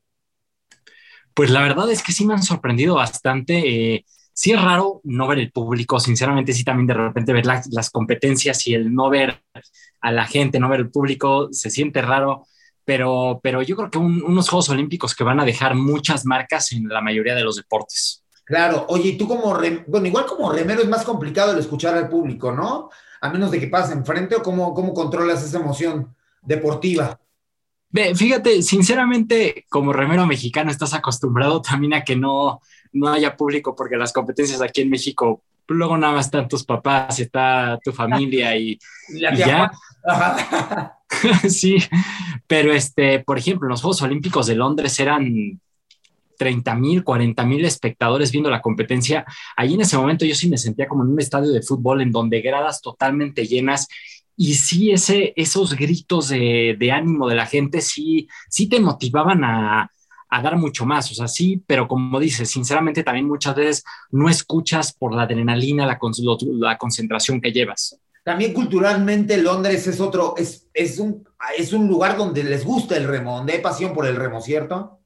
Speaker 7: Pues la verdad es que sí me han sorprendido bastante. eh, sí es raro no ver el público, sinceramente sí también de repente ver la- las competencias y el no ver a la gente, no ver el público, se siente raro, pero, pero yo creo que un- unos Juegos Olímpicos que van a dejar muchas marcas en la mayoría de los deportes.
Speaker 6: Claro, oye, y tú como, re- bueno, igual como remero es más complicado el escuchar al público, ¿no? A menos de que pase enfrente o cómo, cómo controlas esa emoción deportiva.
Speaker 7: Ve, fíjate, sinceramente, como remero mexicano estás acostumbrado también a que no, no haya público, porque las competencias aquí en México, luego nada más están tus papás, está tu familia y,
Speaker 6: La
Speaker 7: y
Speaker 6: tía
Speaker 7: ya,
Speaker 6: Juana.
Speaker 7: sí. Pero este, por ejemplo, en los Juegos Olímpicos de Londres eran 30 mil, 40 mil espectadores viendo la competencia. Ahí en ese momento yo sí me sentía como en un estadio de fútbol en donde gradas totalmente llenas. Y sí, ese, esos gritos de, de ánimo de la gente sí, sí te motivaban a, a dar mucho más. O sea, sí, pero como dices, sinceramente también muchas veces no escuchas por la adrenalina, la, con- lo- la concentración que llevas.
Speaker 6: También culturalmente Londres es otro, es, es, un, es un lugar donde les gusta el remo, donde hay pasión por el remo, ¿cierto?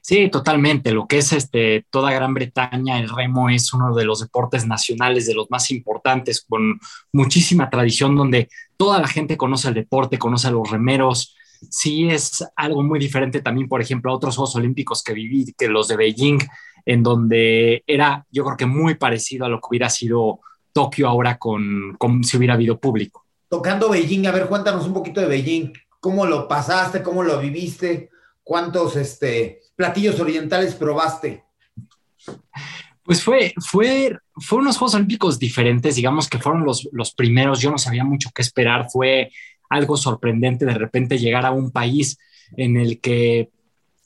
Speaker 7: Sí, totalmente. Lo que es este, toda Gran Bretaña, el remo es uno de los deportes nacionales, de los más importantes, con muchísima tradición, donde toda la gente conoce el deporte, conoce a los remeros. Sí, es algo muy diferente también, por ejemplo, a otros Juegos Olímpicos que viví, que los de Beijing, en donde era, yo creo que muy parecido a lo que hubiera sido Tokio ahora con, con si hubiera habido público.
Speaker 6: Tocando Beijing, a ver, cuéntanos un poquito de Beijing, cómo lo pasaste, cómo lo viviste, cuántos este, platillos orientales probaste.
Speaker 7: Pues fue, fue, fue unos Juegos Olímpicos diferentes, digamos que fueron los, los primeros, yo no sabía mucho qué esperar, fue algo sorprendente de repente llegar a un país en el que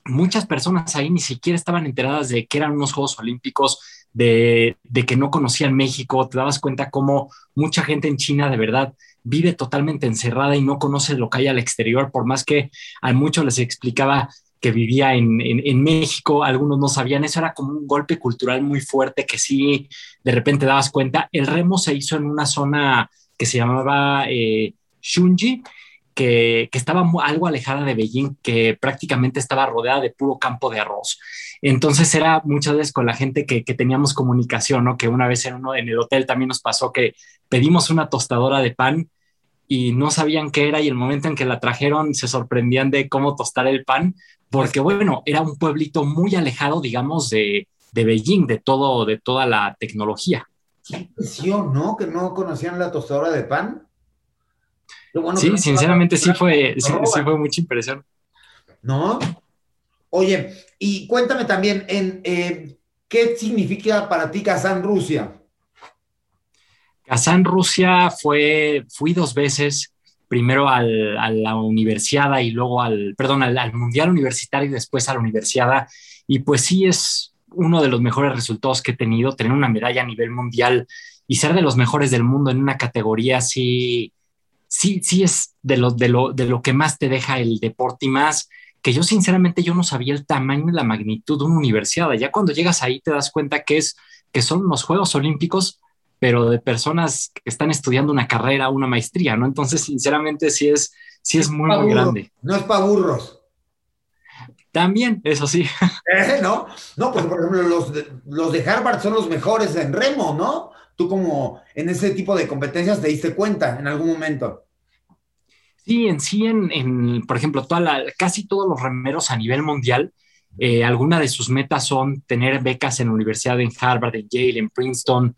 Speaker 7: muchas personas ahí ni siquiera estaban enteradas de que eran unos Juegos Olímpicos, de, de que no conocían México, te dabas cuenta cómo mucha gente en China de verdad vive totalmente encerrada y no conoce lo que hay al exterior, por más que a muchos les explicaba que vivía en, en, en, México, algunos no sabían, eso era como un golpe cultural muy fuerte que sí, de repente dabas cuenta, el remo se hizo en una zona que se llamaba eh, Shunji, que, que estaba algo alejada de Beijing, que prácticamente estaba rodeada de puro campo de arroz. Entonces era muchas veces con la gente que, que, teníamos comunicación, ¿no? Que una vez en, uno, en el hotel también nos pasó que pedimos una tostadora de pan y no sabían qué era y el momento en que la trajeron se sorprendían de cómo tostar el pan, porque bueno, era un pueblito muy alejado, digamos, de, de Beijing, de, todo, de toda la tecnología.
Speaker 6: Qué impresión, ¿no? Que no conocían la tostadora de pan.
Speaker 4: Ah,
Speaker 7: Bueno sí, sinceramente sí fue, sí, sí fue mucha impresión.
Speaker 6: ¿No? Oye, y cuéntame también en eh, qué significa para ti Kazán, Rusia.
Speaker 7: Kazán, Rusia fue, fui dos veces, primero al, a la universidad y luego al, perdón, al, al, mundial universitario y después a la universidad. Y pues sí es uno de los mejores resultados que he tenido, tener una medalla a nivel mundial y ser de los mejores del mundo en una categoría sí, sí, sí es de lo, de lo, de lo que más te deja el deporte y más que yo sinceramente yo no sabía el tamaño y la magnitud de una universidad. Ya cuando llegas ahí te das cuenta que es que son los Juegos Olímpicos, pero de personas que están estudiando una carrera, una maestría, ¿no? Entonces, sinceramente sí es sí es, es muy, muy grande.
Speaker 6: No es para burros.
Speaker 7: También, eso sí.
Speaker 6: Eh, no, no, pues por ejemplo, los de, los de Harvard son los mejores en remo, ¿no? Tú como en ese tipo de competencias te diste cuenta en algún momento.
Speaker 7: Sí, en sí, en, en, por ejemplo, toda la, casi todos los remeros a nivel mundial, eh, alguna de sus metas son tener becas en la universidad, en Harvard, en Yale, en Princeton.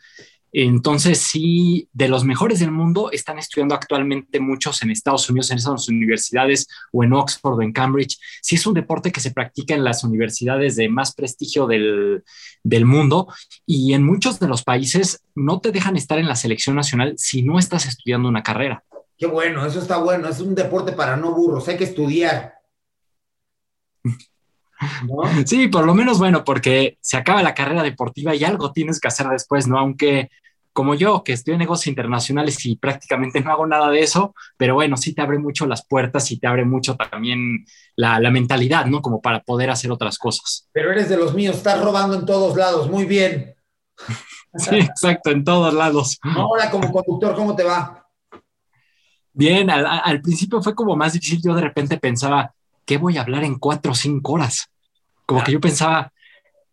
Speaker 7: Entonces, sí, de los mejores del mundo están estudiando actualmente muchos en Estados Unidos, en esas universidades, o en Oxford o en Cambridge. Sí, es un deporte que se practica en las universidades de más prestigio del, del mundo y en muchos de los países no te dejan estar en la selección nacional si no estás estudiando una carrera.
Speaker 6: Qué bueno, eso está bueno. Es un deporte para no burros, hay que estudiar.
Speaker 7: ¿No? Sí, por lo menos bueno, porque se acaba la carrera deportiva y algo tienes que hacer después, ¿no? Aunque como yo, que estoy en negocios internacionales y prácticamente no hago nada de eso, pero bueno, sí te abre mucho las puertas y te abre mucho también la, la mentalidad, ¿no? Como para poder hacer otras cosas.
Speaker 6: Pero eres de los míos, estás robando en todos lados, muy bien.
Speaker 7: Sí, exacto, en todos lados.
Speaker 6: Ahora como conductor, ¿cómo te va?
Speaker 7: Bien, al, al, principio fue como más difícil. Yo de repente pensaba, ¿qué voy a hablar en cuatro o cinco horas? Como ah. que yo pensaba,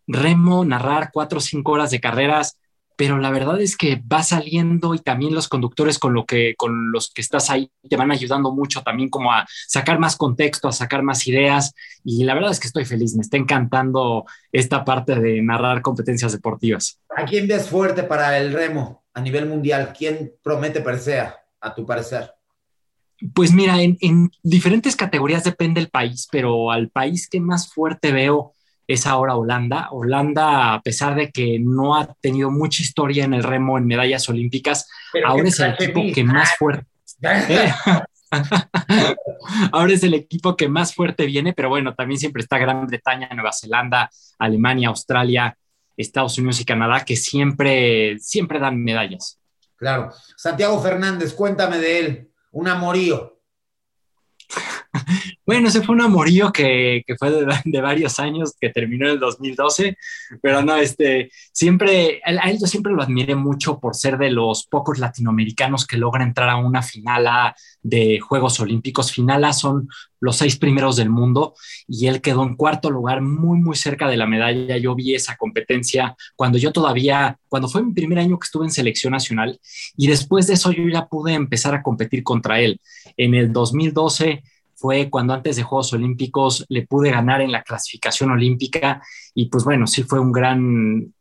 Speaker 7: remo, narrar cuatro o cinco horas de carreras, pero la verdad es que va saliendo y también los conductores con, lo que, con los que estás ahí te van ayudando mucho también como a sacar más contexto, a sacar más ideas. Y la verdad es que estoy feliz, me está encantando esta parte de narrar competencias deportivas.
Speaker 6: ¿A quién ves fuerte para el remo a nivel mundial? ¿Quién promete persea, a tu parecer?
Speaker 7: Pues mira, en, en, diferentes categorías depende el país, pero al país que más fuerte veo es ahora Holanda. Holanda, a pesar de que no ha tenido mucha historia en el remo en medallas olímpicas, pero ahora es el equipo que más fuerte. ¿Eh? ahora es el equipo que más fuerte viene, pero bueno, también siempre está Gran Bretaña, Nueva Zelanda, Alemania, Australia, Estados Unidos y Canadá, que siempre, siempre dan medallas.
Speaker 6: Claro. Santiago Fernández, cuéntame de él un amorío.
Speaker 7: Bueno, ese fue un amorío que, que fue de, de, varios años, que terminó en el 2012, pero no, este, siempre, a él yo siempre lo admiré mucho por ser de los pocos latinoamericanos que logra entrar a una final A de Juegos Olímpicos. Final A son los seis primeros del mundo y él quedó en cuarto lugar, muy, muy cerca de la medalla. Yo vi esa competencia cuando yo todavía, cuando fue mi primer año que estuve en selección nacional y después de eso yo ya pude empezar a competir contra él. En el 2012 fue cuando antes de Juegos Olímpicos le pude ganar en la clasificación olímpica y pues bueno, sí fue un gran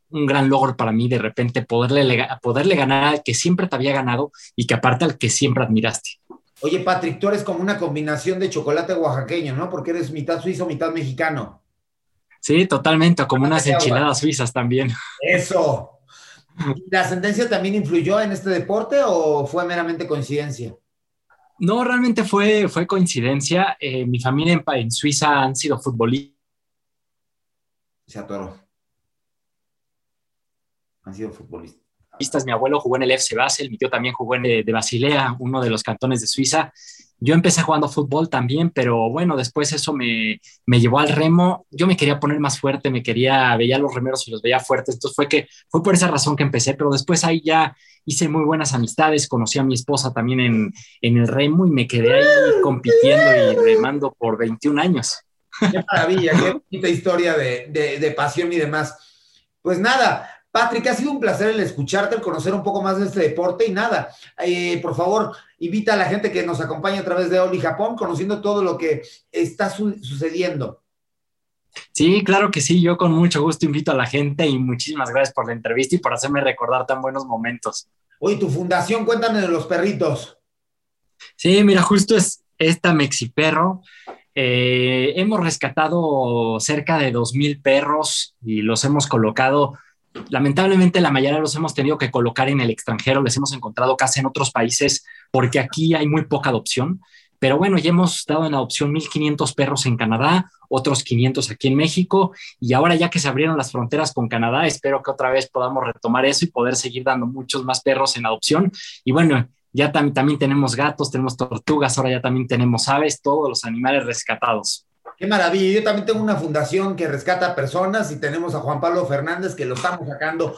Speaker 7: un gran logro para mí de repente poderle, poderle ganar al que siempre te había ganado y que aparte al que siempre admiraste.
Speaker 6: Oye, Patrick, tú eres como una combinación de chocolate oaxaqueño, ¿no? Porque eres mitad suizo, mitad mexicano.
Speaker 7: Sí, totalmente, como unas
Speaker 6: Demasiado,
Speaker 7: enchiladas suizas también.
Speaker 6: Eso. ¿Y ¿La sentencia también influyó en este deporte o fue meramente coincidencia?
Speaker 7: No, realmente fue, fue coincidencia. Eh, mi familia en, pa- en Suiza han sido futbolistas.
Speaker 6: Se atoró. Han sido futbolistas.
Speaker 7: Mi abuelo jugó en el FC Basel, mi tío también jugó en eh, de Basilea, uno de los cantones de Suiza. Yo empecé jugando fútbol también, pero bueno, después eso me, me llevó al remo. Yo me quería poner más fuerte, me quería, veía los remeros y los veía fuertes. Entonces fue que fue por esa razón que empecé, pero después ahí ya hice muy buenas amistades, conocí a mi esposa también en, en el remo y me quedé ahí compitiendo y remando por 21 años.
Speaker 6: Qué maravilla, qué bonita historia de, de- de pasión y demás. Pues nada, Patrick, ha sido un placer el escucharte, el conocer un poco más de este deporte y nada. eh, por favor, invita a la gente que nos acompaña a través de Oli Japón, conociendo todo lo que está su- sucediendo.
Speaker 7: Sí, claro que sí. Yo con mucho gusto invito a la gente y muchísimas gracias por la entrevista y por hacerme recordar tan buenos momentos.
Speaker 6: Oye, tu fundación, cuéntame de los perritos.
Speaker 7: Sí, mira, justo es esta Mexiperro. Eh, hemos rescatado cerca de 2.000 perros y los hemos colocado. Lamentablemente, la mayoría los hemos tenido que colocar en el extranjero. Les hemos encontrado casi en otros países porque aquí hay muy poca adopción. Pero bueno, ya hemos dado en adopción 1.500 perros en Canadá, otros 500 aquí en México. Y ahora ya que se abrieron las fronteras con Canadá, espero que otra vez podamos retomar eso y poder seguir dando muchos más perros en adopción. Y bueno, ya tam- también tenemos gatos, tenemos tortugas, ahora ya también tenemos aves, todos los animales rescatados.
Speaker 6: Qué maravilla. Yo también tengo una fundación que rescata personas y tenemos a Juan Pablo Fernández que lo estamos sacando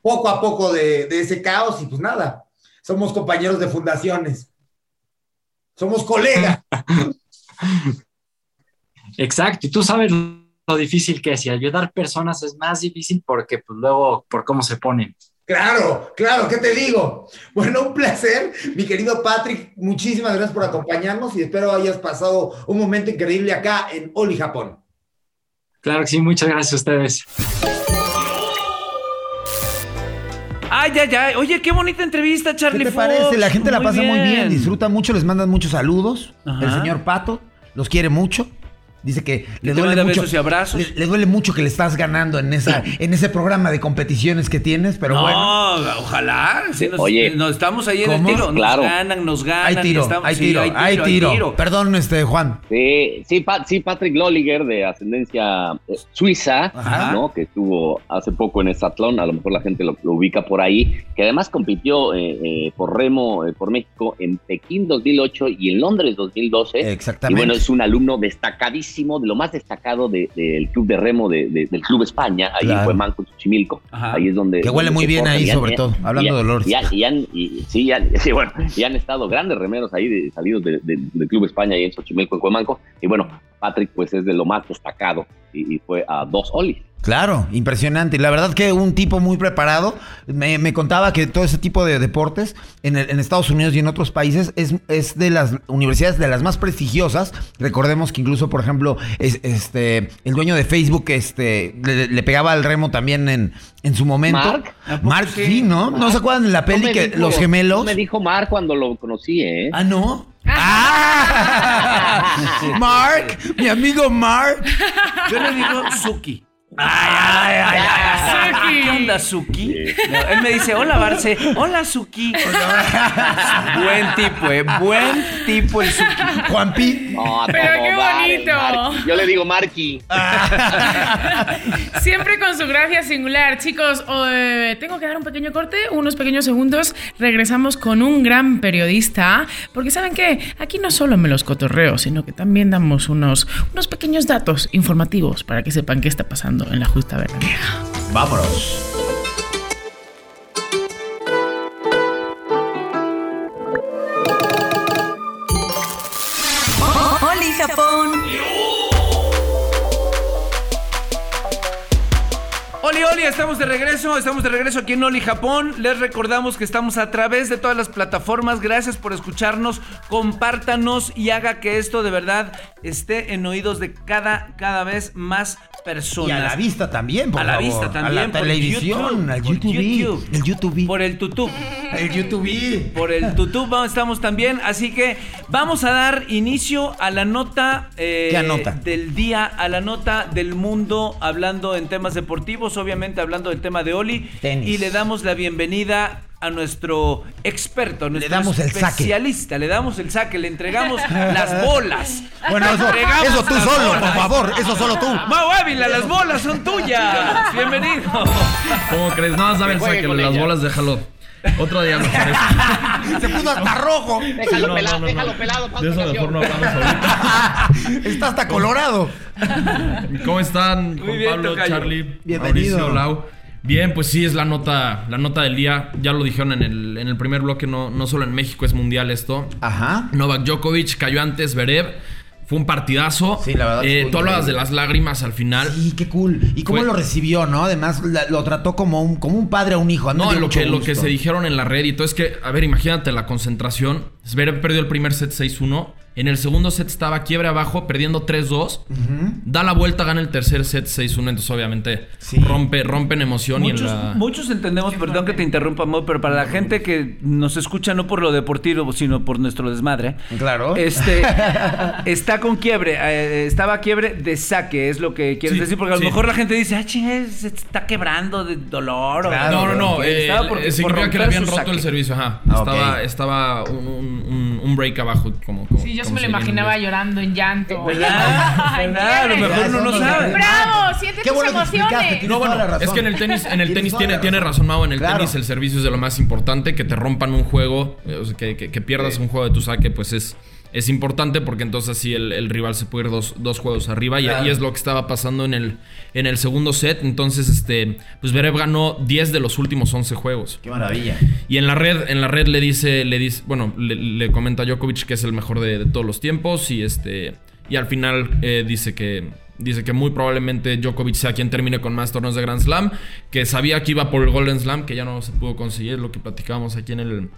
Speaker 6: poco a poco de, de ese caos y pues nada, somos compañeros de fundaciones. Somos colegas.
Speaker 7: Exacto, y tú sabes lo difícil que es, y ayudar personas es más difícil porque pues, luego, por cómo se ponen.
Speaker 6: Claro, claro, ¿qué te digo? Bueno, un placer, mi querido Patrick. Muchísimas gracias por acompañarnos y espero hayas pasado un momento increíble acá en Oli Japón.
Speaker 7: Claro que sí, muchas gracias a ustedes.
Speaker 2: Ay, ay, ay. Oye, qué bonita entrevista,
Speaker 4: ¿Qué
Speaker 2: Charlie
Speaker 4: te
Speaker 2: Fox.
Speaker 4: parece? La gente la pasa muy bien, disfruta mucho, les mandan muchos saludos.
Speaker 2: Ajá.
Speaker 4: El señor Pato los quiere mucho. Dice que le
Speaker 2: te
Speaker 4: duele
Speaker 2: manda
Speaker 4: mucho.
Speaker 2: besos y abrazos.
Speaker 4: Le, le duele mucho que le estás ganando en esa, en ese programa de competiciones que tienes, pero
Speaker 2: No,
Speaker 4: bueno.
Speaker 2: ojalá. Sí, nos,
Speaker 3: Oye.
Speaker 2: nos estamos ahí en el
Speaker 4: ¿Cómo?
Speaker 2: tiro. Nos
Speaker 3: Claro.
Speaker 2: ganan, nos ganan.
Speaker 4: Hay tiro,
Speaker 2: estamos-
Speaker 4: hay
Speaker 2: sí,
Speaker 4: tiro, hay tiro.
Speaker 2: hay
Speaker 4: Perdón, este, Juan.
Speaker 3: Sí, sí, Pat- sí, Patrick Lolliger de ascendencia eh, suiza,
Speaker 4: Ajá.
Speaker 3: ¿no? Que estuvo hace poco en Estatlón, a lo mejor la gente lo, lo ubica por ahí, que además compitió eh, eh, por remo eh, por México en Pekín 2008 y en Londres 2012.
Speaker 4: Eh,
Speaker 3: Y
Speaker 4: Exactamente.
Speaker 3: bueno, es un alumno destacadísimo, de lo más destacado de- del club de remo de- de- del Club España, ahí
Speaker 4: Claro.
Speaker 3: en Cuemanco, Xochimilco.
Speaker 2: Ajá.
Speaker 3: Ahí es donde.
Speaker 4: que huele
Speaker 3: donde
Speaker 4: muy
Speaker 3: se
Speaker 4: bien
Speaker 3: forja.
Speaker 4: ahí,
Speaker 3: Y han-
Speaker 4: sobre
Speaker 3: y-
Speaker 4: todo. Hablando
Speaker 3: y-
Speaker 4: de olores.
Speaker 3: Y, han- y han- y- sí, y han- sí, bueno, y han estado grandes remeros ahí de- salidos de- de- del Club España ahí en Xochimilco, en Cuemanco. Y bueno, Patrick, pues es de lo más destacado y, y fue a dos Oli.
Speaker 4: Claro, impresionante. Y La verdad que un tipo muy preparado. Me, me contaba que todo ese tipo de deportes en, el- en Estados Unidos y en otros países es, es de las universidades de las más prestigiosas. Recordemos que incluso, por ejemplo, es- este, el dueño de Facebook este, le, le pegaba al remo también en, en su momento.
Speaker 3: ¿Mark?
Speaker 2: ¿A poco
Speaker 4: Mark,
Speaker 2: sí?
Speaker 4: sí, ¿no? ¿No se acuerdan de la peli
Speaker 3: me
Speaker 4: que
Speaker 3: dijo-
Speaker 4: los
Speaker 3: no
Speaker 4: gemelos?
Speaker 3: me dijo Mar cuando lo conocí, ¿eh?
Speaker 4: ah, ¿no? ¡Ah! Mark, mi amigo Mark.
Speaker 2: Yo le digo Suki.
Speaker 4: Ay, ay, ay, ay.
Speaker 5: Ah, Suki.
Speaker 2: ¿Qué onda, Suki? No, él me dice, hola, Barce. Hola, Suki. buen tipo, eh. Buen tipo el Suki.
Speaker 4: Juanpi.
Speaker 3: No, a
Speaker 5: Pero
Speaker 3: todo dar
Speaker 5: qué
Speaker 3: el
Speaker 5: bonito.
Speaker 3: Marky. Yo le digo Marky.
Speaker 5: Siempre con su gracia singular, chicos. eh, tengo que dar un pequeño corte, unos pequeños segundos. Regresamos con un gran periodista, porque saben que aquí no solo me los cotorreo, sino que también damos unos, unos pequeños datos informativos para que sepan qué está pasando en la justa veraniega.
Speaker 4: Vámonos.
Speaker 1: Oli Japón.
Speaker 2: Oli, Oli, estamos de regreso, estamos de regreso aquí en Oli Japón. Les recordamos que estamos a través de todas las plataformas. Gracias por escucharnos, compártanos y haga que esto de verdad esté en oídos de cada, cada vez más personas.
Speaker 4: Y a la vista también, por
Speaker 2: A la
Speaker 4: favor.
Speaker 2: vista
Speaker 4: A
Speaker 2: también,
Speaker 4: la
Speaker 2: por
Speaker 4: televisión,
Speaker 2: YouTube,
Speaker 4: al
Speaker 2: por
Speaker 4: YouTube.
Speaker 2: YouTube.
Speaker 4: El YouTube.
Speaker 2: Por el tutú.
Speaker 4: El YouTube.
Speaker 2: Por el tutú vamos- estamos también, así que vamos a dar inicio a la nota eh,
Speaker 4: ¿Qué anota?
Speaker 2: del día, a la nota del mundo, hablando en temas deportivos, obviamente hablando del tema de Oli.
Speaker 4: Tenis.
Speaker 2: Y le damos la bienvenida a nuestro experto, a nuestro
Speaker 4: damos el saque.
Speaker 2: especialista, le damos el saque, le entregamos las bolas.
Speaker 4: Bueno, eso,
Speaker 2: Entregamos
Speaker 4: eso tú
Speaker 2: las
Speaker 4: solo,
Speaker 2: bolas.
Speaker 4: por favor, eso solo tú.
Speaker 2: Mau Ávila, las bolas son tuyas. Bienvenido.
Speaker 8: ¿Cómo crees? No,
Speaker 3: Que
Speaker 8: saben,
Speaker 3: juegue
Speaker 8: sáquenle
Speaker 3: con
Speaker 8: las
Speaker 3: ella.
Speaker 8: bolas, déjalo. Otro día me parece.
Speaker 4: Se puso hasta rojo.
Speaker 3: Déjalo
Speaker 8: No,
Speaker 3: pelado,
Speaker 8: no, no,
Speaker 3: déjalo
Speaker 8: no.
Speaker 3: pelado. pa'
Speaker 8: De eso
Speaker 3: otra
Speaker 8: mejor no
Speaker 3: ocasión.
Speaker 8: hablamos ahorita.
Speaker 4: Está hasta colorado.
Speaker 8: ¿Cómo están?
Speaker 2: Muy
Speaker 8: Juan
Speaker 2: bien,
Speaker 8: Pablo,
Speaker 2: tocayo.
Speaker 8: Charlie,
Speaker 4: Bienvenido.
Speaker 8: Mauricio, Lau. Bien, pues sí, es la nota, la nota del día. Ya lo dijeron en el, en el primer bloque, no, no solo en México es mundial esto.
Speaker 4: Ajá.
Speaker 8: Novak Djokovic cayó antes, Verev. Fue un partidazo.
Speaker 4: Sí, la verdad
Speaker 8: Eh,
Speaker 4: estuvo
Speaker 8: tú hablabas
Speaker 4: increíble.
Speaker 8: de las lágrimas al final.
Speaker 4: Sí, qué cool. ¿Y cómo
Speaker 8: Fue-
Speaker 4: lo recibió, no? Además, la- lo trató como un, como un padre a un hijo. A mí me
Speaker 8: No,
Speaker 4: dio
Speaker 8: lo
Speaker 4: mucho
Speaker 8: que, lo
Speaker 4: gusto.
Speaker 8: que se dijeron en la red y todo es que, a ver, imagínate la concentración. Zverev perdió el primer set 6-1. En el segundo set estaba quiebre abajo, perdiendo 3-2. Da la vuelta, gana el tercer set 6-1. Entonces, obviamente,
Speaker 4: Sí.
Speaker 8: rompe, rompen emoción y
Speaker 2: Muchos,
Speaker 8: en la.
Speaker 2: muchos entendemos, perdón que te interrumpa, Mo, pero para la gente que nos escucha no por lo deportivo, sino por nuestro desmadre.
Speaker 4: Claro.
Speaker 2: Este está con quiebre, eh, estaba quiebre de saque, es lo que quieres
Speaker 8: Sí,
Speaker 2: decir, porque a lo
Speaker 8: sí.
Speaker 2: mejor la gente dice, ah, chinga, se está quebrando de dolor. o-
Speaker 4: Claro.
Speaker 8: No, no, no. eh,
Speaker 2: Estaba por-
Speaker 8: eh,
Speaker 2: por
Speaker 8: significa que
Speaker 2: romper
Speaker 8: le habían
Speaker 2: su
Speaker 8: roto
Speaker 2: saque.
Speaker 8: el servicio, ajá.
Speaker 4: Ah,
Speaker 8: estaba
Speaker 4: ok.
Speaker 8: estaba un, un- un break abajo, como. como-
Speaker 5: Sí, yo se
Speaker 8: como
Speaker 5: me lo
Speaker 8: se diría en
Speaker 5: imaginaba
Speaker 8: inglés.
Speaker 5: llorando en llanto.
Speaker 2: Pues ¿Verdad?
Speaker 5: Ay,
Speaker 2: ¿Verdad? A lo
Speaker 5: miren.
Speaker 2: mejor uno no
Speaker 4: Gracias,
Speaker 2: sabe.
Speaker 4: Miguel.
Speaker 5: ¡Bravo! Siente
Speaker 4: Qué
Speaker 5: tus
Speaker 4: bueno que explicaste,
Speaker 5: emociones.
Speaker 4: tienes
Speaker 8: No,
Speaker 4: toda
Speaker 8: bueno,
Speaker 4: la razón.
Speaker 8: es que en el tenis, en el
Speaker 4: Tienes
Speaker 8: tenis
Speaker 4: toda
Speaker 8: tiene,
Speaker 4: la
Speaker 8: tiene
Speaker 4: razón.
Speaker 8: razón, Mau. En el
Speaker 4: Claro.
Speaker 8: tenis el servicio es de lo más importante. Que te rompan un juego, eh, o sea, que, que- que pierdas un juego de tu saque, pues es, es importante porque entonces así el, el rival se puede ir dos, dos juegos arriba. y-
Speaker 4: Claro.
Speaker 8: Y, es lo que estaba pasando en el, en el segundo set. Entonces, este, pues Verev ganó 10 de los últimos 11 juegos.
Speaker 4: Qué maravilla.
Speaker 8: Y en la red, en la red le dice, le dice, bueno, le, le comenta a Djokovic que es el mejor de, de todos los tiempos y este y al final eh, dice que dice que muy probablemente Djokovic sea quien termine con más torneos de Grand Slam, que sabía que iba por el Golden Slam, que ya no se pudo conseguir, lo que platicábamos aquí en el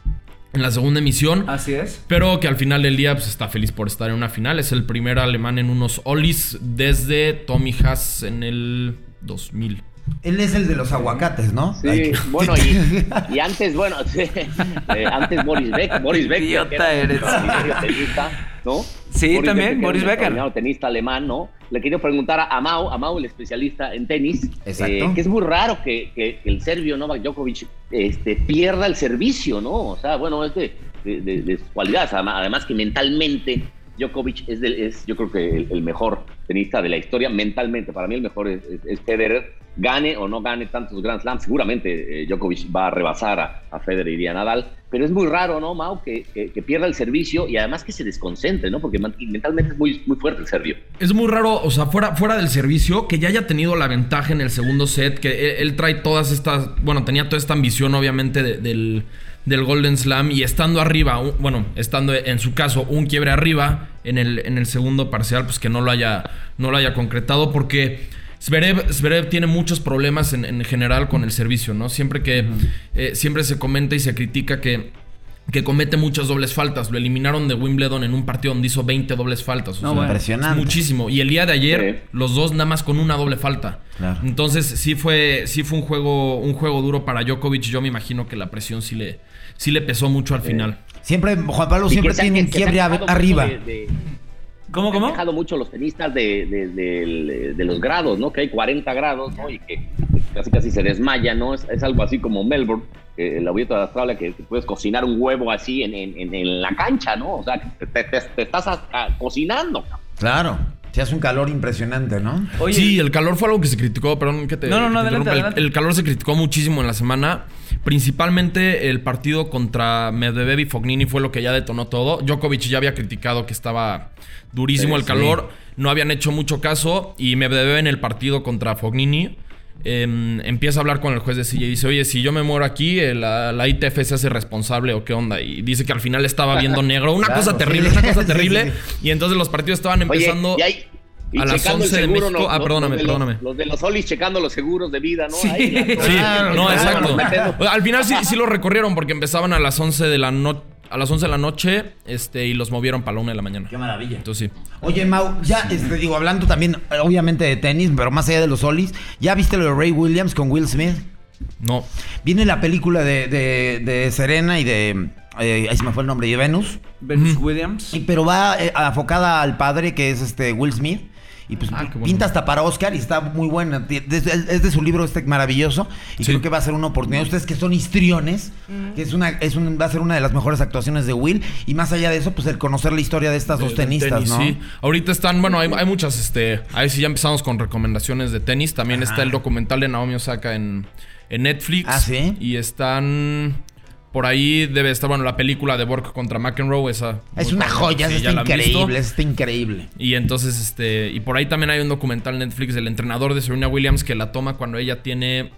Speaker 8: en la segunda emisión.
Speaker 2: Así es.
Speaker 8: Pero que al final del día pues, está feliz por estar en una final. Es el primer alemán en unos Ollis desde Tommy Haas en el 2000.
Speaker 4: Él es el de los aguacates, ¿no?
Speaker 3: Sí, bueno, y, y antes, bueno, eh, antes Boris Becker. Boris Becker.
Speaker 2: Idiota
Speaker 3: que era un
Speaker 2: eres.
Speaker 3: extraordinario tenista, ¿no?
Speaker 2: Sí, también,
Speaker 3: que era
Speaker 2: Boris
Speaker 3: un
Speaker 2: Becker.
Speaker 3: extraordinario tenista alemán, ¿no? Le quería preguntar a Mau, a Mau, el especialista en tenis,
Speaker 4: Exacto.
Speaker 3: eh, que es muy raro que, que el serbio Novak Djokovic este, pierda el servicio, ¿no? O sea, bueno, es de, de- de- de sus cualidades, además, además que mentalmente Djokovic es, del- es yo creo que el, el mejor tenista de la historia mentalmente, para mí el mejor es, es- es Federer, gane o no gane tantos Grand Slams, seguramente eh, Djokovic va a rebasar a, a Federer y a Nadal, pero es muy raro, ¿no, Mau? Que, que- que pierda el servicio y además que se desconcentre, ¿no? Porque man- mentalmente es muy, muy fuerte el serbio.
Speaker 8: Es muy raro, o sea, fuera, fuera del servicio, que ya haya tenido la ventaja en el segundo set, que él, él trae todas estas, bueno, tenía toda esta ambición obviamente de- del, del Golden Slam y estando arriba, un- bueno, estando en su caso un quiebre arriba en el, en el segundo parcial, pues que no lo haya, no lo haya concretado porque... Zverev, Zverev tiene muchos problemas en, en general con el servicio, ¿no? Siempre que eh, siempre se comenta y se critica que, que comete muchas dobles faltas. Lo eliminaron de Wimbledon en un partido donde hizo 20 dobles faltas. o sea,
Speaker 4: Impresionante.
Speaker 8: es muchísimo. Y el día de ayer,
Speaker 3: Sí.
Speaker 8: los dos nada más con una doble falta.
Speaker 4: Claro.
Speaker 8: Entonces, sí fue, sí fue un juego, un juego duro para Djokovic. Yo me imagino que la presión sí le, sí le pesó mucho al final.
Speaker 4: Siempre, Juan Pablo
Speaker 3: Y
Speaker 4: siempre
Speaker 3: que se han-
Speaker 4: tiene un
Speaker 3: que se han
Speaker 4: quiebre
Speaker 3: quejado
Speaker 4: a-
Speaker 3: mucho
Speaker 4: arriba.
Speaker 3: de- de-
Speaker 2: ¿Cómo,
Speaker 3: Se han
Speaker 2: cómo?
Speaker 3: dejado mucho los tenistas de, de- de- de los grados, ¿no? Que hay 40 grados, ¿no? Y que casi casi se desmaya, ¿no? Es, es algo así como Melbourne, eh, la dieta de Australia, que, que puedes cocinar un huevo así en, en- en- en la cancha, ¿no? O sea, que te, te- te estás a- a- cocinando.
Speaker 4: Claro. Se hace un calor impresionante, ¿no?
Speaker 2: Oye,
Speaker 8: sí, el calor fue algo que se criticó, perdón que te,
Speaker 2: No, no, no,
Speaker 8: que te
Speaker 2: adelante,
Speaker 8: interrumpa. El-
Speaker 2: adelante.
Speaker 8: El, calor se criticó muchísimo en la semana. Principalmente el partido contra Medvedev y Fognini fue lo que ya detonó todo. Djokovic ya había criticado que estaba durísimo
Speaker 4: Sí,
Speaker 8: el calor, no habían hecho mucho caso y Medvedev en el partido contra Fognini em, empieza a hablar con el juez de silla y dice, oye, si yo me muero aquí, eh, la, la ITF se hace responsable o qué onda. Y dice que al final estaba viendo negro. Una
Speaker 4: Claro,
Speaker 8: cosa
Speaker 4: sí.
Speaker 8: terrible, una cosa
Speaker 4: Sí,
Speaker 8: terrible.
Speaker 4: sí,
Speaker 8: Y entonces los partidos estaban empezando...
Speaker 3: Oye, y hay- y
Speaker 8: a las
Speaker 3: checando el
Speaker 8: 11 de
Speaker 3: seguro,
Speaker 8: México. Ah, perdóname,
Speaker 3: los de los-
Speaker 8: perdóname.
Speaker 3: Los de los solis checando los seguros de vida, ¿no?
Speaker 2: Sí.
Speaker 3: Ahí, la-
Speaker 2: Sí,
Speaker 8: Sí,
Speaker 3: Ah,
Speaker 4: Claro,
Speaker 8: no,
Speaker 4: claro.
Speaker 8: exacto.
Speaker 3: Metemos-
Speaker 8: Al final sí, sí lo recorrieron porque empezaban a las 11 de la noche. A las 11 de la noche este, y los movieron para la 1 de la mañana. Qué maravilla. Entonces sí.
Speaker 4: Oye, Mau, ya este, digo, hablando también, obviamente, de tenis, pero más allá de los solis, ¿ya viste lo de Ray Williams con Will Smith?
Speaker 8: No.
Speaker 4: Viene la película de, de- de Serena y de. eh, ahí se me fue el nombre, y de Venus.
Speaker 2: Venus Williams.
Speaker 4: Y- pero va eh, afocada al padre que es este Will Smith. Y pues
Speaker 8: Ah, qué bueno.
Speaker 4: pinta hasta para Oscar y está muy buena. Ti- Es es de su libro este maravilloso. Y
Speaker 8: Sí.
Speaker 4: creo que va a ser una oportunidad. Ustedes que son histriones, que es una, es un, va a ser una de las mejores actuaciones de Will. Y más allá de eso, pues el conocer la historia de estas dos
Speaker 8: de- de
Speaker 4: tenistas,
Speaker 8: tenis,
Speaker 4: ¿no?
Speaker 8: sí. Ahorita están, bueno, hay, hay muchas, este, ahí sí ya empezamos con recomendaciones de tenis. También está el documental de Naomi Osaka en, en Netflix.
Speaker 4: Ah, ¿sí?
Speaker 8: Y están, por ahí debe estar, bueno, la película de Borg contra McEnroe, esa.
Speaker 4: Es
Speaker 8: muy
Speaker 4: una
Speaker 8: padre,
Speaker 4: joya,
Speaker 8: sí,
Speaker 4: es
Speaker 8: ya la han visto.
Speaker 4: increíble, es increíble.
Speaker 8: Y entonces, este, y por ahí también hay un documental en Netflix del entrenador de Serena Williams que la toma cuando ella tiene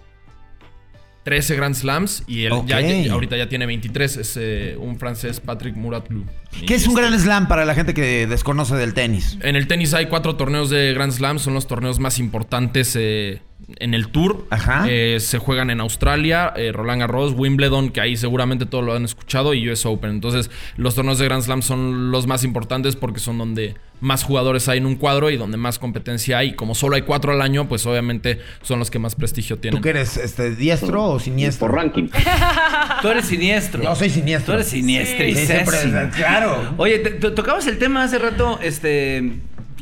Speaker 8: 13 Grand Slams y él ya-
Speaker 4: Ok.
Speaker 8: ya- ahorita ya tiene 23, es eh, un francés Patrick Muratlu.
Speaker 4: Que es un gran slam para la gente que desconoce del tenis.
Speaker 8: En el tenis hay cuatro torneos de Grand Slam, son los torneos más importantes eh, en el Tour.
Speaker 4: Ajá.
Speaker 8: Eh, se juegan en Australia, eh, Roland Garros, Wimbledon, que ahí seguramente todos lo han escuchado, y US Open. Entonces, los torneos de Grand Slam son los más importantes porque son donde más jugadores hay en un cuadro y donde más competencia hay. Como solo hay cuatro al año, pues obviamente son los que más prestigio tienen.
Speaker 4: ¿Tú qué eres, este, diestro o siniestro?
Speaker 3: Por ranking.
Speaker 2: Tú eres siniestro.
Speaker 4: Yo soy siniestro.
Speaker 2: Tú eres siniestro.
Speaker 4: Sí, siempre- claro.
Speaker 2: Oye, te- to- tocabas el tema hace rato, este,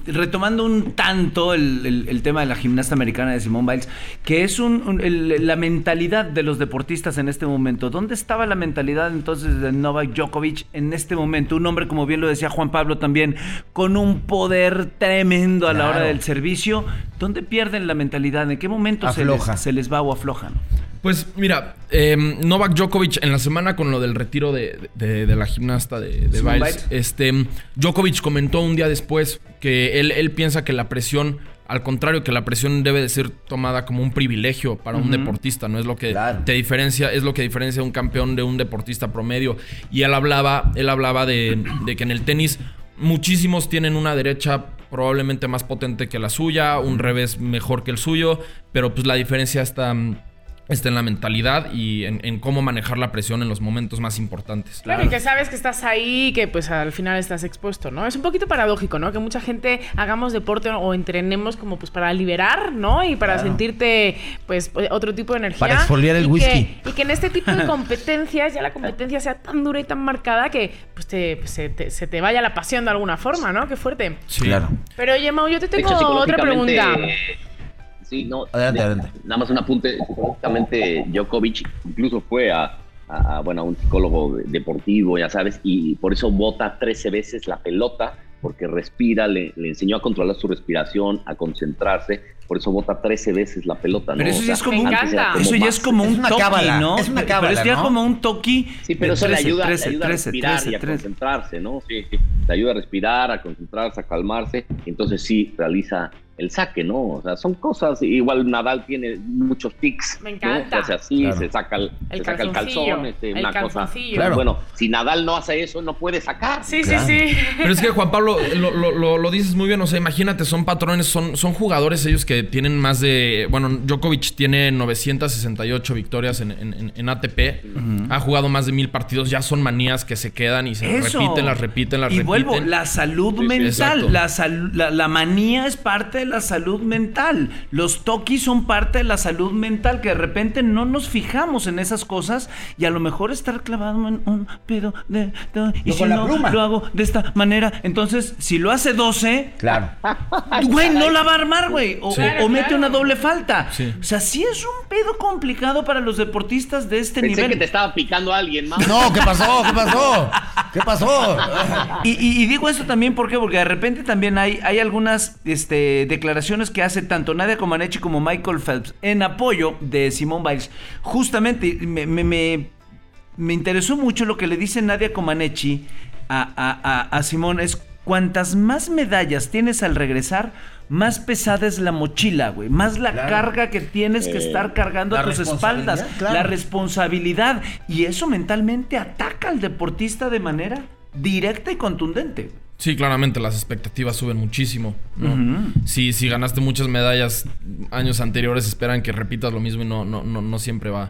Speaker 2: retomando un tanto el, el- el tema de la gimnasta americana de Simone Biles, que es un, un- el- la mentalidad de los deportistas en este momento. ¿Dónde estaba la mentalidad entonces de Novak Djokovic en este momento? Un hombre, como bien lo decía Juan Pablo también, con un poder tremendo a la hora
Speaker 4: Claro.
Speaker 2: del servicio. ¿Dónde pierden la mentalidad? ¿En qué momento se les,
Speaker 4: Afloja.
Speaker 2: se les va o aflojan?
Speaker 8: Pues mira, eh, Novak Djokovic en la semana con lo del retiro de, de- de la gimnasta de, de
Speaker 2: Simone
Speaker 8: Biles,
Speaker 2: Biles.
Speaker 8: este, Djokovic comentó un día después que él, él piensa que la presión, al contrario, que la presión debe de ser tomada como un privilegio para un deportista, no es lo que
Speaker 4: Claro.
Speaker 8: te diferencia, es lo que diferencia a un campeón de un deportista promedio. Y él hablaba, él hablaba de, de que en el tenis muchísimos tienen una derecha probablemente más potente que la suya, un revés mejor que el suyo, pero pues la diferencia está, mm, está en la mentalidad y en, en cómo manejar la presión en los momentos más importantes.
Speaker 5: Claro, y que sabes que estás ahí y que pues al final estás expuesto, ¿no? Es un poquito paradójico, ¿no? Que mucha gente hagamos deporte o entrenemos como pues para liberar, ¿no? Y para sentirte pues otro tipo de energía.
Speaker 4: Para exfoliar el
Speaker 5: Y
Speaker 4: whisky.
Speaker 5: Que, y que en este tipo de competencias ya la competencia sea tan dura y tan marcada que pues, te, pues, se, te, se te vaya la pasión de alguna forma, ¿no? Qué fuerte.
Speaker 8: Sí.
Speaker 4: Claro.
Speaker 5: Pero oye, Mau, yo te
Speaker 3: De
Speaker 5: tengo
Speaker 3: hecho,
Speaker 5: otra
Speaker 3: psicológicamente,
Speaker 5: pregunta.
Speaker 3: eh, Sí, no.
Speaker 4: Adelante,
Speaker 3: de-
Speaker 4: adelante.
Speaker 3: Nada más un apunte. Psicológicamente, Djokovic incluso fue a, a- a, bueno, a un psicólogo de- deportivo, ya sabes, y por eso bota 13 veces la pelota, porque respira, le, le enseñó a controlar su respiración, a concentrarse, por eso bota 13 veces la pelota. ¿no?
Speaker 2: Pero eso
Speaker 3: O
Speaker 2: sí
Speaker 3: sea,
Speaker 2: es como un-
Speaker 3: antes era
Speaker 5: Me encanta.
Speaker 2: Eso ya
Speaker 3: Ah, más.
Speaker 2: es como
Speaker 4: Es
Speaker 2: un
Speaker 4: una
Speaker 2: toki,
Speaker 4: cábala,
Speaker 2: ¿no?
Speaker 4: es una
Speaker 2: Pero
Speaker 4: cábala,
Speaker 2: es ya
Speaker 4: ¿no?
Speaker 2: como un toki.
Speaker 3: Sí,
Speaker 2: de
Speaker 3: pero eso le
Speaker 2: 13,
Speaker 3: ayuda,
Speaker 2: 13,
Speaker 3: le ayuda
Speaker 2: 13,
Speaker 3: a respirar
Speaker 2: 13,
Speaker 3: y a
Speaker 2: 13.
Speaker 3: concentrarse, ¿no? Sí, sí. Le ayuda a respirar, a concentrarse, a calmarse. Entonces sí, realiza el saque, ¿no? O sea, son cosas. Igual Nadal tiene muchos tics.
Speaker 5: Me encanta.
Speaker 3: ¿no? O sea, sí,
Speaker 4: Claro.
Speaker 3: se saca el,
Speaker 5: El
Speaker 3: se saca el
Speaker 5: calzoncillo,
Speaker 3: calzón, este,
Speaker 5: el
Speaker 3: una cosa.
Speaker 5: calzoncillo.
Speaker 4: Claro.
Speaker 3: Bueno, si Nadal no hace eso, no puede sacar.
Speaker 5: Sí, sí,
Speaker 4: Claro.
Speaker 5: sí.
Speaker 8: Pero es que Juan Pablo, lo, lo- lo- lo dices muy bien, o sea, imagínate, son patrones, son, son jugadores ellos que tienen más de... Bueno, Djokovic tiene 968 victorias en, en- en- en ATP, ha jugado más de mil partidos, ya son manías que se quedan y se
Speaker 2: Eso.
Speaker 8: repiten, las repiten, las
Speaker 2: y
Speaker 8: repiten.
Speaker 2: vuelvo, la salud
Speaker 8: Exacto.
Speaker 2: mental, la, salu- la, la manía es parte de la salud mental. Los toquis son parte de la salud mental, que de repente no nos fijamos en esas cosas y a lo mejor estar clavado en un pedo de... de- y
Speaker 4: Luego
Speaker 2: si
Speaker 4: la
Speaker 2: no,
Speaker 4: pluma.
Speaker 2: lo hago de esta manera. Entonces, si lo hace 12,
Speaker 4: Claro.
Speaker 2: Güey, no la va a armar, güey. O,
Speaker 8: Sí.
Speaker 2: o
Speaker 8: Claro,
Speaker 2: mete
Speaker 5: claro.
Speaker 2: una doble falta.
Speaker 8: Sí.
Speaker 2: O sea, sí es un pedo complicado para los deportistas de este
Speaker 3: Pensé que
Speaker 2: nivel.
Speaker 3: te estaba picando a alguien más.
Speaker 4: No, ¿qué pasó? ¿Qué pasó? ¿Qué pasó?
Speaker 2: Y, y- y digo esto también ¿por qué? porque de repente también hay, hay algunas este, declaraciones que hace tanto Nadia Comaneci como Michael Phelps en apoyo de Simone Biles. Justamente me, me- me- me interesó mucho lo que le dice Nadia Comaneci a, a, a- a Simone es cuantas más medallas tienes al regresar, más pesada es la mochila, güey. Más la
Speaker 4: Claro.
Speaker 2: carga que tienes que
Speaker 3: Eh,
Speaker 2: estar cargando a
Speaker 4: la
Speaker 2: tus espaldas.
Speaker 4: responsabilidad, claro.
Speaker 2: La responsabilidad. Y eso mentalmente ataca al deportista de manera directa y contundente.
Speaker 8: Sí, claramente las expectativas suben muchísimo. ¿no? si, si ganaste muchas medallas años anteriores, esperan que repitas lo mismo y no, no, no, no siempre va,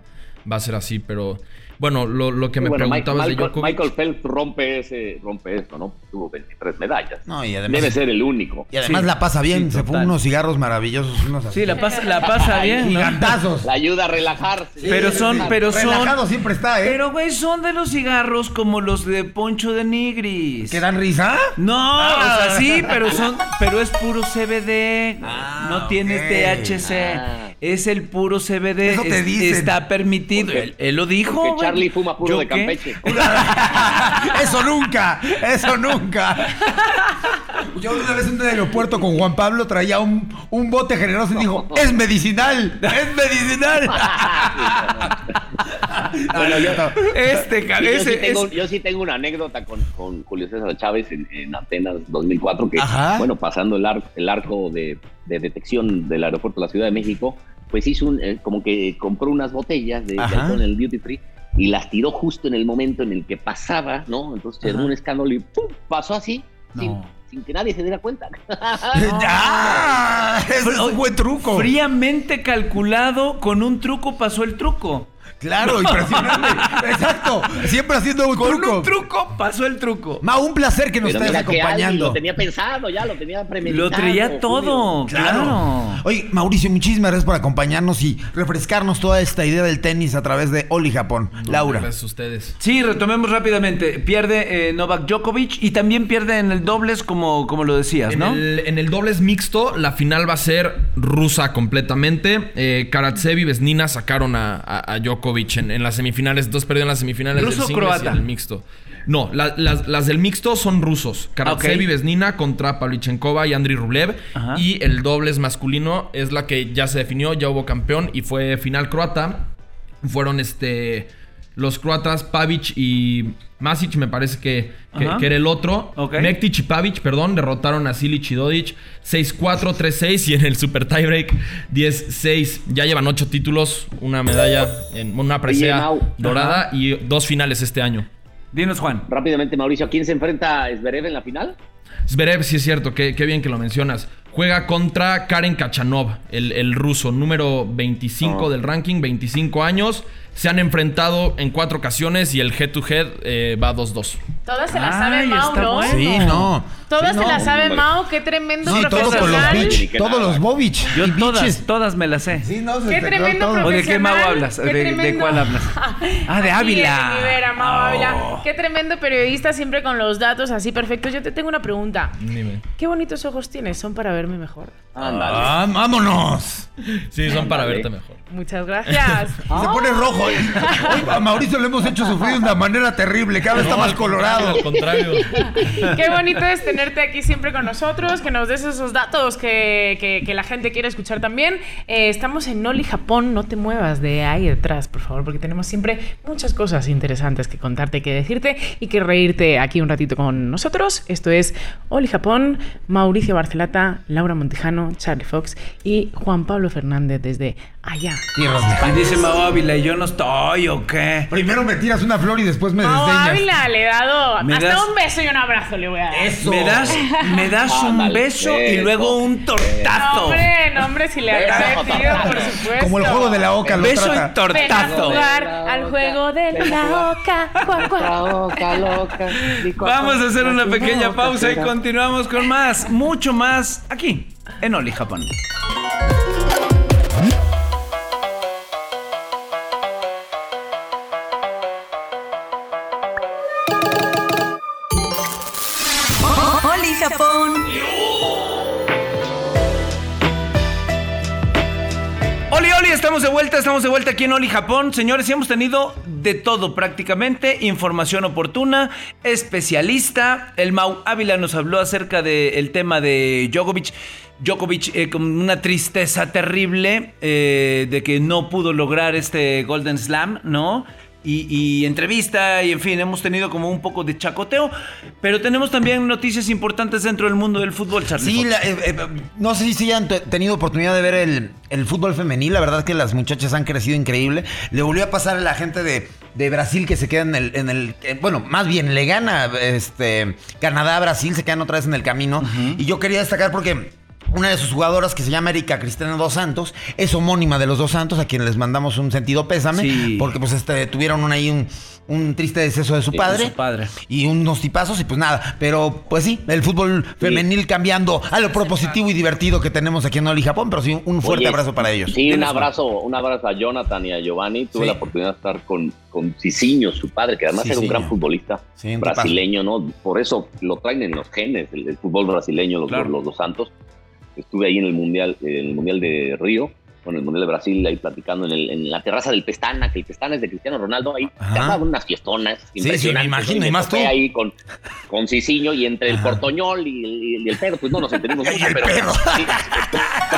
Speaker 8: va a ser así. Pero, Bueno, lo, lo que me
Speaker 3: Bueno, Mike-
Speaker 8: preguntabas
Speaker 3: Michael,
Speaker 8: de Djokovic.
Speaker 3: Michael Phelps rompe, ese, rompe esto, ¿no? Tuvo 23 medallas.
Speaker 4: No, y además-
Speaker 3: Debe ser el único.
Speaker 4: Y además la pasa bien, se fue unos cigarros maravillosos, unos así.
Speaker 2: Sí, la pasa, la pasa bien. ¿no?
Speaker 4: gigantazos.
Speaker 3: La ayuda a relajarse.
Speaker 2: Pero son, pero son.
Speaker 4: Relajado siempre está, ¿eh?
Speaker 2: Pero, güey, son de los cigarros como los de Poncho de Nigris.
Speaker 4: ¿Que dan risa?
Speaker 2: No, o
Speaker 3: Ah.
Speaker 2: sea, sí, pero son, pero es puro CBD.
Speaker 4: Ah,
Speaker 2: no tiene
Speaker 4: ok.
Speaker 2: THC.
Speaker 3: Ah.
Speaker 2: Es el puro CBD.
Speaker 4: Eso te
Speaker 2: es-
Speaker 4: dicen.
Speaker 2: Está permitido.
Speaker 3: Porque-
Speaker 2: él, él lo dijo.
Speaker 3: Que
Speaker 2: güey.
Speaker 3: Charlie fuma puro
Speaker 2: ¿Yo
Speaker 3: de
Speaker 2: qué?
Speaker 3: Campeche.
Speaker 4: Eso nunca, eso nunca. Yo una vez en el aeropuerto con Juan Pablo traía un, un bote generoso y dijo, es medicinal, es medicinal.
Speaker 3: Bueno, yo,
Speaker 2: Este, ca-
Speaker 3: yo sí
Speaker 2: ese-
Speaker 3: tengo,
Speaker 2: ese-
Speaker 3: yo sí tengo una anécdota con, con Julio César Chávez en, en Atenas 2004, que,
Speaker 4: Ajá.
Speaker 3: bueno, pasando el, ar- el arco de, de detección del aeropuerto de la Ciudad de México, pues hizo un, eh, como que compró unas botellas de, de
Speaker 4: Ajá.
Speaker 3: alcohol en el Duty Free y las tiró justo en el momento en el que pasaba, ¿no? Entonces se armó un escándalo y ¡pum! pasó así, sin,
Speaker 4: No.
Speaker 3: sin que nadie se diera cuenta.
Speaker 4: ya, ese es un buen truco.
Speaker 2: fríamente calculado, con un truco pasó el truco.
Speaker 4: Claro, impresionante. Exacto, siempre haciendo un
Speaker 2: Con
Speaker 4: truco.
Speaker 2: un truco pasó el truco.
Speaker 4: Ma, un placer que nos
Speaker 3: Pero
Speaker 4: estés
Speaker 3: mira que alguien
Speaker 4: acompañando.
Speaker 3: lo tenía pensado, ya lo tenía premeditado.
Speaker 2: Lo traía
Speaker 3: Julio.
Speaker 2: todo, claro.
Speaker 4: Oye, Mauricio, muchísimas gracias por acompañarnos y refrescarnos toda esta idea del tenis a través de Oli Japón. Laura.
Speaker 8: Gracias a ustedes.
Speaker 2: Sí, retomemos rápidamente. Pierde eh, Novak Djokovic y también pierde en el dobles, como, como lo decías,
Speaker 8: En,
Speaker 2: ¿no?
Speaker 8: el, en el dobles mixto, la final va a ser rusa completamente. Eh, Karatsev y Vesnina sacaron a, a- a Djokovic en, en las semifinales. Entonces perdió en las semifinales
Speaker 2: ¿Ruso o
Speaker 8: del singles
Speaker 2: croata?
Speaker 8: y en el mixto. No, la- las, las del mixto son rusos. Karatsev
Speaker 2: Ok.
Speaker 8: y Vesnina contra Pavlichenkova y Andriy Rublev.
Speaker 2: Ajá.
Speaker 8: Y el dobles masculino es la que ya se definió, ya hubo campeón y fue final croata. Fueron este los croatas Pavic y Masic, me parece que, que-
Speaker 2: Ajá.
Speaker 8: que era el otro.
Speaker 2: Ok.
Speaker 8: Mektic Mektic y Pavic, perdón, derrotaron a Silic y Dodic 6-4, 3-6 y en el Super Tiebreak 10-6. Ya llevan 8 títulos, una medalla, en una presea
Speaker 3: Mau.
Speaker 8: dorada y dos finales este año.
Speaker 2: Dinos, Juan.
Speaker 3: Rápidamente, Mauricio, ¿a quién se enfrenta Zverev en la final?
Speaker 8: Zverev, sí es cierto, qué, qué bien que lo mencionas. Juega contra Karen Kachanov, el, el ruso, número
Speaker 3: Ah.
Speaker 8: 25 del ranking, 25 años. Se han enfrentado en cuatro ocasiones y el head-to-head eh, va 2-2.
Speaker 9: Todas se las
Speaker 2: Ay,
Speaker 9: sabe Mau,
Speaker 2: está
Speaker 9: ¿no?
Speaker 2: bueno.
Speaker 4: Sí, no.
Speaker 9: Todas
Speaker 4: Sí,
Speaker 9: se
Speaker 4: no.
Speaker 9: las sabe
Speaker 3: hombre.
Speaker 9: Mau, qué tremendo
Speaker 4: No, y todo con los
Speaker 9: profesional.
Speaker 4: Beach,
Speaker 3: que
Speaker 4: todos
Speaker 3: nada.
Speaker 4: los Bovich.
Speaker 2: Yo
Speaker 4: y
Speaker 2: todas,
Speaker 4: Beaches.
Speaker 2: todas me las sé.
Speaker 4: Sí, no, se
Speaker 9: Qué
Speaker 4: te quedó
Speaker 9: tremendo
Speaker 4: todo.
Speaker 2: ¿O de qué Mau
Speaker 9: profesional,
Speaker 2: hablas?
Speaker 9: qué
Speaker 2: ¿De- de
Speaker 9: tremendo.
Speaker 2: cuál hablas? Ah, de
Speaker 9: Aquí
Speaker 2: Ávila.
Speaker 9: en Rivera, Mau
Speaker 2: Oh.
Speaker 9: Ávila. Qué tremendo periodista, siempre con los datos así perfectos. Yo te tengo una pregunta.
Speaker 8: Dime.
Speaker 9: ¿Qué bonitos ojos tienes? ¿Son para verme mejor?
Speaker 3: Ándale.
Speaker 4: Ah, vámonos.
Speaker 8: Sí, son para
Speaker 3: Ándale.
Speaker 8: verte mejor.
Speaker 9: Muchas gracias.
Speaker 4: Se pone rojo. ¿eh? Hoy A Mauricio le hemos hecho sufrir de una manera terrible. Cada vez está más colorado.
Speaker 8: Al contrario.
Speaker 9: Qué bonito es tenerte aquí siempre con nosotros, que nos des esos datos que, que- que la gente quiere escuchar también. Eh, estamos en Noli Japón, no te muevas de ahí detrás, por favor, porque tenemos siempre muchas cosas interesantes que contarte, que decirte y que reírte aquí un ratito con nosotros. Esto es Oli Japón, Mauricio Barcelata, Laura Montejano, Charlie Fox y Juan Pablo Fernández desde allá.
Speaker 2: Y dice Mau Ávila, ¿y yo no estoy o qué?
Speaker 4: Primero me tiras una flor y después me
Speaker 9: Mau
Speaker 4: desdeñas.
Speaker 9: Ávila, le he dado
Speaker 2: Me
Speaker 9: hasta
Speaker 2: das-
Speaker 9: un beso y un abrazo le voy a dar.
Speaker 2: Me das, me das un
Speaker 3: Ándale,
Speaker 2: beso y
Speaker 3: eso.
Speaker 2: luego un
Speaker 9: No,
Speaker 2: tortazo.
Speaker 9: hombre, no, hombre, si le agradecido, por
Speaker 3: Como
Speaker 9: supuesto.
Speaker 4: Como el juego de la oca lo
Speaker 2: Beso
Speaker 4: trata.
Speaker 2: y
Speaker 9: Ven a
Speaker 2: tortazo.
Speaker 9: jugar al juego de la oca. cuac, cuac.
Speaker 2: Vamos a hacer una pequeña pausa y continuamos con más, mucho más, aquí, en Oli Japón.
Speaker 1: Oli Japón.
Speaker 2: Oli, Oli, estamos de vuelta, estamos de vuelta aquí en Oli Japón. Señores, y hemos tenido de todo prácticamente, información oportuna, especialista. El Mau Ávila nos habló acerca del tema de Djokovic. Djokovic eh, con una tristeza terrible eh, de que no pudo lograr este Golden Slam, ¿no? Y, y entrevista, y en fin, hemos tenido como un poco de chacoteo, pero tenemos también noticias importantes dentro del mundo del fútbol, Charlie.
Speaker 4: Sí,
Speaker 2: Fox.
Speaker 4: la- eh, eh, no sé si sí han te- tenido oportunidad de ver el, el fútbol femenil. La verdad que las muchachas han crecido increíble. Le volvió a pasar a la gente de, de Brasil que se queda en el, en el- eh, Bueno, más bien le gana este, Canadá a Brasil, se quedan otra vez en el camino. Y yo quería destacar porque. Una de sus jugadoras, que se llama Erika Cristina Dos Santos, es homónima de los Dos Santos, a quienes les mandamos un sentido pésame,
Speaker 2: Sí.
Speaker 4: porque pues este, tuvieron un- ahí un, un triste deceso de su
Speaker 2: de
Speaker 4: padre.
Speaker 2: su padre.
Speaker 4: Y unos tipazos y pues nada. Pero pues sí, el fútbol femenil cambiando a lo propositivo y divertido que tenemos aquí en Oli Japón, pero sí un fuerte
Speaker 3: Oye,
Speaker 4: abrazo para ellos.
Speaker 3: Sí, un abrazo, un abrazo a Jonathan y a Giovanni. Tuve
Speaker 4: Sí.
Speaker 3: la oportunidad de estar con, con Cicinho, su padre, que además era un
Speaker 4: Cicinho.
Speaker 3: gran futbolista
Speaker 4: Sí, un tipazo.
Speaker 3: brasileño, ¿no? Por eso lo traen en los genes, el, el fútbol brasileño, los,
Speaker 2: Claro.
Speaker 3: los dos santos. Estuve ahí en el Mundial, en el mundial de Río, con el Mundial de Brasil, ahí platicando en, el- en la terraza del Pestana, que el Pestana es de Cristiano Ronaldo, ahí
Speaker 4: Ajá.
Speaker 3: se armaban unas fiestonas.
Speaker 4: Sí, sí, me
Speaker 3: impresionantes,
Speaker 4: imagino,
Speaker 3: ¿no?
Speaker 4: y más
Speaker 3: topé
Speaker 4: tú.
Speaker 3: ahí con, con Cicinho y entre el
Speaker 4: Ajá.
Speaker 3: portoñol y el, y el perro, pues no nos entendimos mucho,
Speaker 4: el
Speaker 3: pero,
Speaker 4: perro.
Speaker 3: Sí,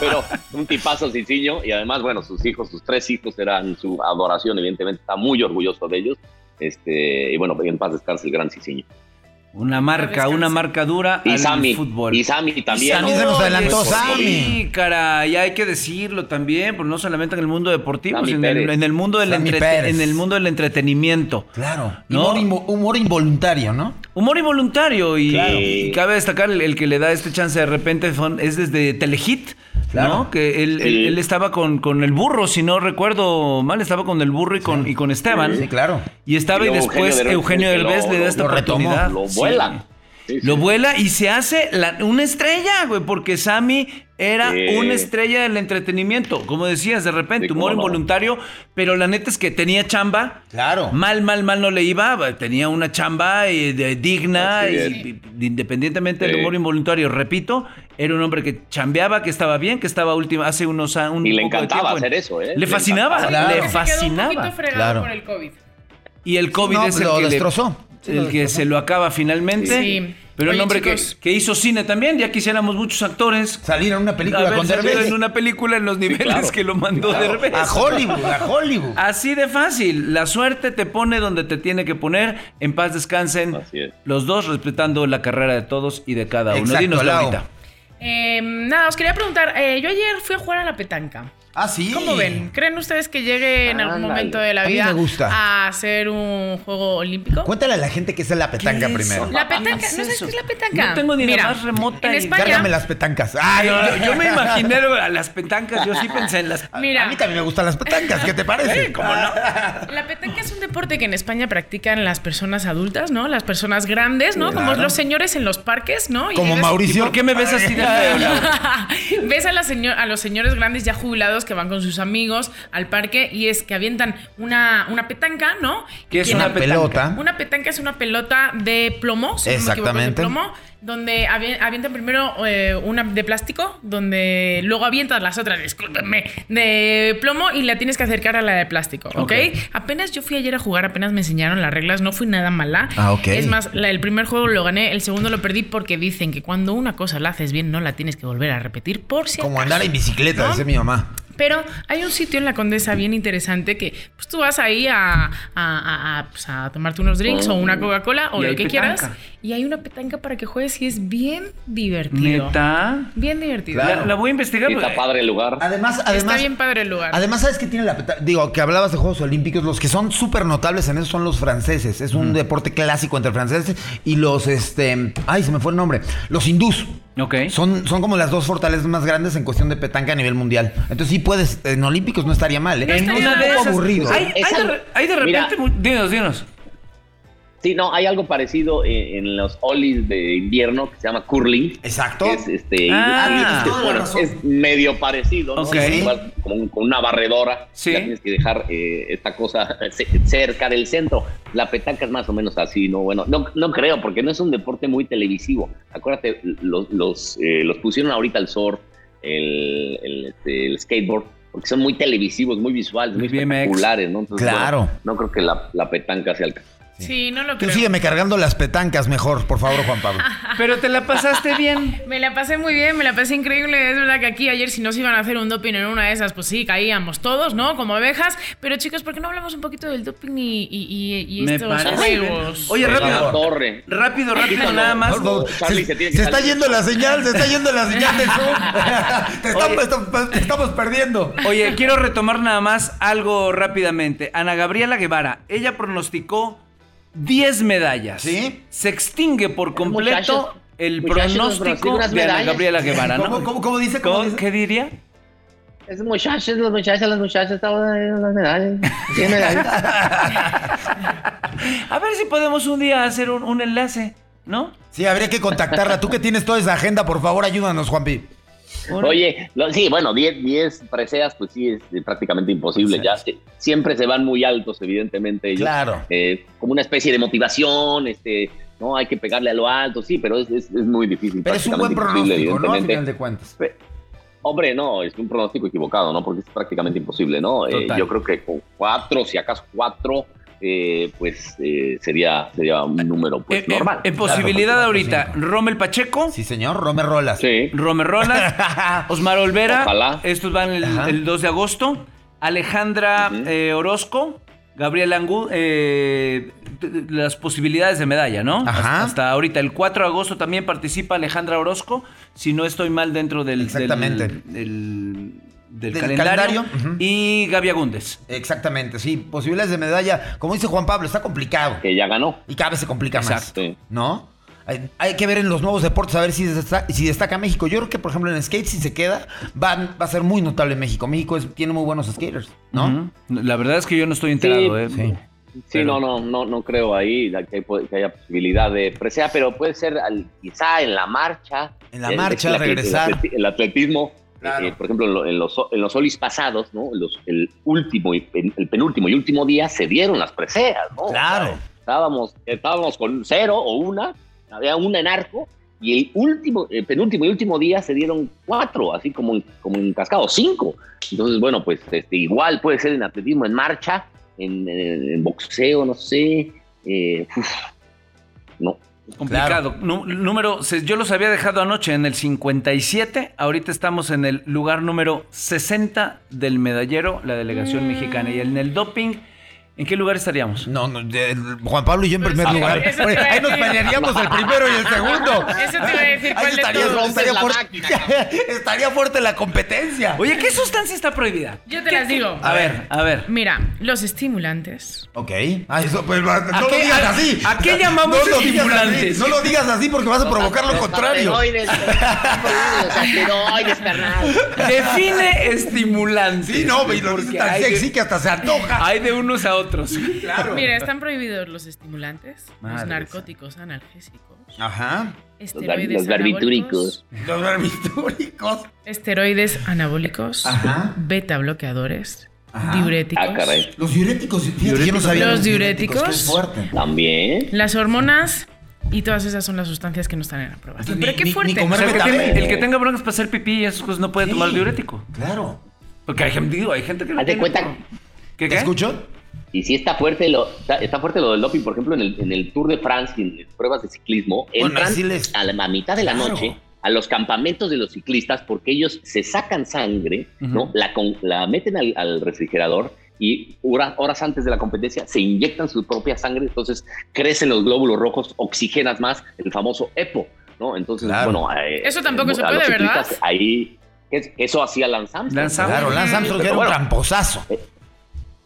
Speaker 3: pero un tipazo sencillo y además, bueno, sus hijos, sus tres hijos eran su adoración, evidentemente está muy orgulloso de ellos. Este, y bueno, en paz descanse el gran Cicinho.
Speaker 2: Una marca, una marca dura
Speaker 3: Y
Speaker 2: al
Speaker 3: Sammy,
Speaker 2: fútbol.
Speaker 3: y Sammy también.
Speaker 4: Sammy
Speaker 3: ¿no?
Speaker 4: se nos adelantó,
Speaker 2: Oye,
Speaker 4: Sammy.
Speaker 2: pues, Sí, caray, hay que decirlo también, pues no solamente en el mundo deportivo,
Speaker 3: Sammy
Speaker 2: sino en, el,
Speaker 3: Pérez.
Speaker 2: en el mundo del
Speaker 4: Sammy
Speaker 2: entrete-
Speaker 4: Pérez.
Speaker 2: en el mundo del entretenimiento.
Speaker 4: Claro.
Speaker 2: ¿No?
Speaker 4: Humor, invo- humor involuntario, ¿no?
Speaker 2: Humor involuntario y,
Speaker 3: Claro.
Speaker 2: y cabe destacar el, el que le da este chance de repente son- es desde Telehit,
Speaker 4: Claro.
Speaker 2: ¿no? Que él,
Speaker 3: Sí.
Speaker 2: él- él estaba con, con el burro, si no recuerdo mal, estaba con el burro y con, y con Esteban.
Speaker 4: Sí, claro.
Speaker 2: Y estaba y,
Speaker 3: luego
Speaker 2: después Eugenio Derbez
Speaker 3: que lo-
Speaker 2: le da esta
Speaker 4: lo retomó,
Speaker 2: oportunidad.
Speaker 3: Lo
Speaker 2: Sí.
Speaker 3: vuela. Sí, sí.
Speaker 2: Lo vuela y se hace la- una estrella, güey, porque Sammy era
Speaker 3: Sí.
Speaker 2: una estrella del entretenimiento. Como decías, de repente,
Speaker 3: Sí, cómo
Speaker 2: humor
Speaker 3: no.
Speaker 2: involuntario, pero la neta es que tenía chamba.
Speaker 4: Claro.
Speaker 2: Mal, mal, mal no le iba. Tenía una chamba eh, de- digna,
Speaker 3: Así
Speaker 2: y-
Speaker 3: es.
Speaker 2: y- independientemente del
Speaker 3: Sí.
Speaker 2: humor involuntario. Repito, era un hombre que chambeaba, que estaba bien, que estaba última, hace unos a- un
Speaker 3: Y le
Speaker 2: poco de
Speaker 3: encantaba
Speaker 2: tiempo en-
Speaker 3: hacer eso, ¿eh?
Speaker 2: Le
Speaker 3: Le
Speaker 2: fascinaba,
Speaker 4: encantaba.
Speaker 2: le
Speaker 4: Claro.
Speaker 5: Se quedó un
Speaker 2: fascinaba.
Speaker 5: poquito fregado
Speaker 4: Claro.
Speaker 5: por el COVID.
Speaker 2: Y el COVID
Speaker 4: No,
Speaker 2: es el
Speaker 4: lo
Speaker 2: que le-
Speaker 4: destrozó. Sí, lo
Speaker 2: el que se lo acaba finalmente.
Speaker 5: Sí.
Speaker 2: Pero el
Speaker 5: Oye,
Speaker 2: hombre que,
Speaker 5: chicos.
Speaker 2: que hizo cine también, ya quisiéramos muchos actores.
Speaker 4: Salir a una película
Speaker 2: haber
Speaker 4: con
Speaker 2: salido
Speaker 4: Derbez.
Speaker 2: en una película en los niveles
Speaker 3: claro.
Speaker 2: que lo mandó Derbez.
Speaker 4: A Hollywood, a Hollywood.
Speaker 2: Así de fácil, la suerte te pone donde te tiene que poner. En paz descansen
Speaker 3: Así es.
Speaker 2: los dos, respetando la carrera de todos y de cada uno.
Speaker 4: Exacto,
Speaker 2: Dinos,
Speaker 4: Lau.
Speaker 2: Laurita.
Speaker 5: Eh, nada, os quería preguntar. eh, yo ayer fui a jugar a la petanca.
Speaker 4: Ah, sí.
Speaker 5: ¿Cómo ven? ¿Creen ustedes que llegue en algún
Speaker 3: Ándale.
Speaker 5: momento de la
Speaker 4: A mí
Speaker 5: vida
Speaker 4: me gusta.
Speaker 5: a hacer un juego olímpico?
Speaker 4: Cuéntale a la gente que es la petanca
Speaker 2: ¿Qué es
Speaker 4: primero.
Speaker 5: La petanca,
Speaker 2: ¿Qué es
Speaker 5: ¿no sabes
Speaker 2: eso?
Speaker 5: qué es la petanca?
Speaker 2: No tengo ni la
Speaker 5: Mira,
Speaker 2: más remota
Speaker 5: en
Speaker 2: idea.
Speaker 5: España-
Speaker 4: Cárgame las petancas.
Speaker 2: Ay, yo,
Speaker 4: Ay,
Speaker 2: yo me imaginé a las petancas, yo sí pensé en las.
Speaker 5: Mira.
Speaker 4: A mí también me gustan las petancas, ¿qué te parece?
Speaker 2: Eh,
Speaker 5: La petanca es un deporte que en España practican las personas adultas, ¿no? Las personas grandes, ¿no? Como
Speaker 4: Claro.
Speaker 5: los señores en los parques, ¿no? Y
Speaker 4: Como
Speaker 5: llegas-
Speaker 2: ¿Y
Speaker 4: Mauricio.
Speaker 2: por qué me ves así de feo, Laura?
Speaker 5: Ves a, la señor- a los señores grandes ya jubilados que van con sus amigos al parque y es que avientan una, una petanca, ¿no?
Speaker 2: ¿Qué es
Speaker 5: Y
Speaker 2: una
Speaker 5: la-
Speaker 4: pelota?
Speaker 5: Una petanca es una pelota de plomo, si no me equivoco,
Speaker 4: Exactamente.
Speaker 5: de plomo, donde avi- avientan primero eh, una de plástico, donde luego avientas las otras, discúlpenme, de plomo y la tienes que acercar a la de plástico, ¿ok?
Speaker 2: Ok.
Speaker 5: Apenas yo fui ayer a jugar, apenas me enseñaron las reglas, no fui nada mala.
Speaker 4: Ah, ok.
Speaker 5: Es más, la- el primer juego lo gané, el segundo lo perdí porque dicen que cuando una cosa la haces bien no la tienes que volver a repetir por si
Speaker 4: Como
Speaker 5: acaso.
Speaker 4: andar en bicicleta,
Speaker 5: ¿No?
Speaker 4: dice mi mamá.
Speaker 5: Pero hay un sitio en la Condesa bien interesante que pues, tú vas ahí a, a- a- a, pues, a tomarte unos drinks o una Coca-Cola o
Speaker 2: Oh. Y
Speaker 5: lo
Speaker 2: hay
Speaker 5: que
Speaker 2: petanca.
Speaker 5: quieras. Y hay una petanca para que juegues y es bien divertido.
Speaker 2: Neta.
Speaker 5: Bien divertido.
Speaker 2: La, la voy a investigar.
Speaker 3: Y Está
Speaker 2: porque-
Speaker 3: padre el lugar.
Speaker 4: Además,
Speaker 5: Está
Speaker 4: además,
Speaker 5: bien padre el lugar.
Speaker 4: además, ¿sabes qué tiene la peta- Digo, que hablabas de Juegos Olímpicos, los que son súper notables en eso son los franceses. Es un deporte clásico entre franceses y los, este, ay, se me fue el nombre, los hindús.
Speaker 2: Ok.
Speaker 4: Son, son como las dos fortalezas más grandes en cuestión de petanca a nivel mundial. Entonces sí puedes, en Olímpicos no estaría mal. ¿eh?
Speaker 5: No
Speaker 2: en
Speaker 5: estaría
Speaker 2: una
Speaker 5: mal.
Speaker 2: de
Speaker 4: Un poco
Speaker 2: esas.
Speaker 4: aburrido.
Speaker 2: Hay, hay
Speaker 3: Esa-
Speaker 2: de, re- hay de
Speaker 3: Mira.
Speaker 2: repente. mu- Dinos, dinos.
Speaker 3: Sí, no, hay algo parecido en, en los ollies de invierno que se llama curling.
Speaker 4: Exacto.
Speaker 3: que es este
Speaker 2: Ah,
Speaker 3: y- y-
Speaker 2: tienes
Speaker 3: este,
Speaker 4: toda la
Speaker 3: bueno,
Speaker 4: razón.
Speaker 3: es medio parecido ¿no?
Speaker 2: Ok.
Speaker 3: Es igual como un- con una barredora
Speaker 2: Sí.
Speaker 3: ya tienes que dejar eh, esta cosa ce- cerca del centro la petanca es más o menos así no bueno no, no creo porque no es un deporte muy televisivo acuérdate los los, eh, los pusieron ahorita al surf el, el, este, el skateboard porque son muy televisivos muy visuales muy
Speaker 2: El BMX.
Speaker 3: espectaculares no Entonces,
Speaker 4: Claro.
Speaker 3: bueno, no creo que la, la petanca sea el
Speaker 5: Sí, no lo
Speaker 4: Tú
Speaker 5: creo.
Speaker 4: sígueme cargando las petancas mejor, por favor, Juan Pablo.
Speaker 2: Pero te la pasaste bien.
Speaker 5: Me la pasé muy bien, me la pasé increíble. Es verdad que aquí ayer si nos iban a hacer un doping en una de esas, pues sí, caíamos todos, ¿no? Como abejas. Pero chicos, ¿por qué no hablamos un poquito del doping y, y- y- y
Speaker 2: Me
Speaker 5: estos
Speaker 2: parece
Speaker 5: juegos?
Speaker 2: bien. Oye,
Speaker 3: Pega la
Speaker 2: rápido.
Speaker 3: torre
Speaker 2: Rápido, rápido,
Speaker 3: Quítalo.
Speaker 2: nada más.
Speaker 3: No, no. Charlie
Speaker 4: se,
Speaker 3: se tiene que
Speaker 4: se está
Speaker 3: salir.
Speaker 4: yendo la señal, se está yendo la señal de Zoom. te, estamos, pues, te estamos perdiendo.
Speaker 2: Oye, quiero retomar nada más algo rápidamente. Ana Gabriela Guevara, ella pronosticó 10 medallas.
Speaker 4: ¿Sí?
Speaker 2: Se extingue por completo
Speaker 3: Muchachos.
Speaker 2: el el
Speaker 3: Muchachos, nos
Speaker 2: pronóstico
Speaker 3: consiguen unas
Speaker 2: de Ana
Speaker 3: medallas.
Speaker 2: Gabriela Guevara, ¿no?
Speaker 4: ¿Cómo, cómo, cómo dice? ¿Cómo
Speaker 2: ¿Cómo-
Speaker 4: dice?
Speaker 2: ¿Qué diría?
Speaker 3: Es muchachos, los muchachos, las muchachas, todas las medallas. Sí, medallas.
Speaker 2: A ver si podemos un día hacer un, un enlace, ¿no?
Speaker 4: Sí, habría que contactarla. Tú que tienes toda esa agenda, por favor, ayúdanos, Juanpi.
Speaker 2: Un-
Speaker 3: Oye, lo- sí, bueno, 10 10 preseas, pues sí, es eh, prácticamente imposible. Ya se- siempre se van muy altos, evidentemente. ellos.
Speaker 4: Claro.
Speaker 3: Eh, como una especie de motivación, este, no hay que pegarle a lo alto, sí, pero es, es- es muy difícil.
Speaker 4: Pero es un buen
Speaker 3: prácticamente
Speaker 4: pronóstico,
Speaker 3: imposible,
Speaker 4: ¿no? Al
Speaker 3: evidentemente.
Speaker 4: final de cuentas.
Speaker 3: Hombre, no, es un pronóstico equivocado, ¿no? Porque es prácticamente imposible, ¿no? Eh,
Speaker 4: Total.
Speaker 3: yo creo que con cuatro, si acaso cuatro, eh, pues eh, sería, sería un número pues,
Speaker 2: Eh, eh,
Speaker 3: normal.
Speaker 2: En posibilidad
Speaker 4: Claro,
Speaker 2: ahorita, Rommel Pacheco,
Speaker 4: Sí, señor, Romer Rolas.
Speaker 3: Sí.
Speaker 2: Romer Rolas, Osmar Olvera,
Speaker 3: Ojalá.
Speaker 2: estos van el,
Speaker 4: Ajá.
Speaker 2: el 2 de agosto, Alejandra
Speaker 3: Ujú.
Speaker 2: eh, Orozco, Gabriel Angú, eh, t- t- las posibilidades de medalla, ¿no?
Speaker 4: Ajá.
Speaker 2: Hasta, hasta ahorita, el 4 de agosto también participa Alejandra Orozco, si no estoy mal dentro del, del-
Speaker 4: Exactamente.
Speaker 2: del- del
Speaker 4: Del
Speaker 2: calendario,
Speaker 4: calendario, ujú.
Speaker 2: y Gaby Agúndez.
Speaker 4: Exactamente, sí. Posibilidades de medalla. Como dice Juan Pablo, está complicado.
Speaker 3: Que ya ganó.
Speaker 4: Y cada vez se complica
Speaker 3: Exacto.
Speaker 4: más. ¿No? Hay, hay que ver en los nuevos deportes a ver si destaca, si destaca México. Yo creo que, por ejemplo, en skate, si se queda, va, va a ser muy notable México. México es- tiene muy buenos skaters, ¿no?
Speaker 2: Ujú. La verdad es que yo no estoy enterado, ¿eh?
Speaker 4: Sí.
Speaker 3: Sí,
Speaker 2: Pero-
Speaker 3: no, no, no, no creo ahí la- que, po- que haya posibilidad de presea, pero puede ser al- quizá en la marcha.
Speaker 4: En la
Speaker 3: el-
Speaker 4: marcha,
Speaker 3: el atleti-
Speaker 4: regresar.
Speaker 3: El, atleti- el atletismo,
Speaker 4: Claro.
Speaker 3: eh, por ejemplo, en, lo- en los, en los olis pasados, ¿no? En los- el último, y pen- el penúltimo y último día se dieron las preseas, ¿no?
Speaker 4: Oh, Claro.
Speaker 3: Estábamos, estábamos con cero o una, había una en arco, y el último, el penúltimo y último día se dieron cuatro, así como en, como en cascado, cinco. Entonces, bueno, pues este, igual puede ser en atletismo, en marcha, en, en- en boxeo, no sé. eh, uf, no,
Speaker 2: Complicado. Nú- número, se- yo los había dejado anoche en el 57, ahorita estamos en el lugar número 60 del medallero, la
Speaker 3: Mm.
Speaker 2: delegación mexicana. Y en el doping, ¿en qué lugar estaríamos?
Speaker 4: No, no, de- Juan Pablo y yo en
Speaker 5: Pero
Speaker 4: primer
Speaker 5: sí,
Speaker 4: lugar.
Speaker 5: eso te iba a
Speaker 4: Ahí nos
Speaker 5: decir.
Speaker 4: pelearíamos el primero y el segundo.
Speaker 5: Eso te iba a decir,
Speaker 4: Ahí
Speaker 5: ¿cuál de
Speaker 4: estaría,
Speaker 5: todos?
Speaker 4: estaría
Speaker 3: la
Speaker 4: fuerte,
Speaker 3: máquina,
Speaker 4: estaría fuerte la competencia.
Speaker 2: Oye, ¿qué sustancia está prohibida?
Speaker 5: Yo te las digo.
Speaker 2: A ver, a ver.
Speaker 5: Mira, los estimulantes.
Speaker 4: Ok. Ah, eso, pues, va- no lo
Speaker 2: qué-
Speaker 4: digas
Speaker 2: a-
Speaker 4: así.
Speaker 2: a qué llamamos
Speaker 4: no lo digas
Speaker 2: estimulantes?
Speaker 4: así, No lo digas así porque vas a provocar lo contrario.
Speaker 2: Define estimulante.
Speaker 4: Sí, no, y lo
Speaker 2: Porque
Speaker 4: dices tan
Speaker 2: hay de-
Speaker 4: sexy que hasta se antoja.
Speaker 2: Hay de unos a otros.
Speaker 5: Mira, están prohibidos los estimulantes,
Speaker 2: Madre
Speaker 5: los narcóticos analgésicos,
Speaker 4: Ajá.
Speaker 5: esteroides
Speaker 3: los barbitúricos.
Speaker 5: anabólicos,
Speaker 4: Los barbitúricos.
Speaker 5: esteroides anabólicos,
Speaker 4: Ajá.
Speaker 5: beta bloqueadores,
Speaker 4: Ajá.
Speaker 5: diuréticos,
Speaker 3: Ah, caray.
Speaker 4: Los diuréticos. fíjate que yo no sabía
Speaker 5: Los
Speaker 4: qué
Speaker 5: diuréticos.
Speaker 4: fuerte.
Speaker 3: También.
Speaker 5: las hormonas y todas esas son las sustancias que no están en la prueba.
Speaker 4: Ni-
Speaker 5: Pero qué
Speaker 4: ni- ni
Speaker 5: fuerte.
Speaker 2: O
Speaker 4: comer-
Speaker 2: sea, que tiene-
Speaker 4: Perfectamente.
Speaker 2: el que tenga broncas para hacer pipí y esas cosas no puede tomar diurético.
Speaker 4: Claro.
Speaker 2: Porque hay gente, digo, hay gente que no
Speaker 3: Haz de
Speaker 2: tiene-
Speaker 3: cuenta.
Speaker 2: ¿Qué,
Speaker 4: ¿Te
Speaker 2: qué?
Speaker 4: escucho?
Speaker 3: Y sí está fuerte lo, está, está fuerte lo del doping, por ejemplo, en el, en el Tour de France, en las pruebas de ciclismo,
Speaker 4: Bueno,
Speaker 3: entran
Speaker 4: así les-
Speaker 3: Pues, a la a mitad de la
Speaker 4: Claro.
Speaker 3: noche a los campamentos de los ciclistas porque ellos se sacan sangre, ¿no? La, con- la meten al, al refrigerador y hora- horas antes de la competencia se inyectan su propia sangre, entonces crecen los glóbulos rojos, oxigenas más, el famoso EPO, ¿no? Entonces,
Speaker 4: Claro.
Speaker 3: bueno, eh,
Speaker 5: Eso tampoco
Speaker 3: eh,
Speaker 5: se
Speaker 3: a
Speaker 5: puede,
Speaker 3: los
Speaker 5: ¿verdad?
Speaker 3: ciclistas Ahí, que eso hacía Lance Armstrong,
Speaker 2: Lance
Speaker 3: ¿no?
Speaker 2: Armstrong.
Speaker 4: Claro, Lance Armstrong
Speaker 3: Pero
Speaker 4: era un
Speaker 3: bueno.
Speaker 4: tramposazo.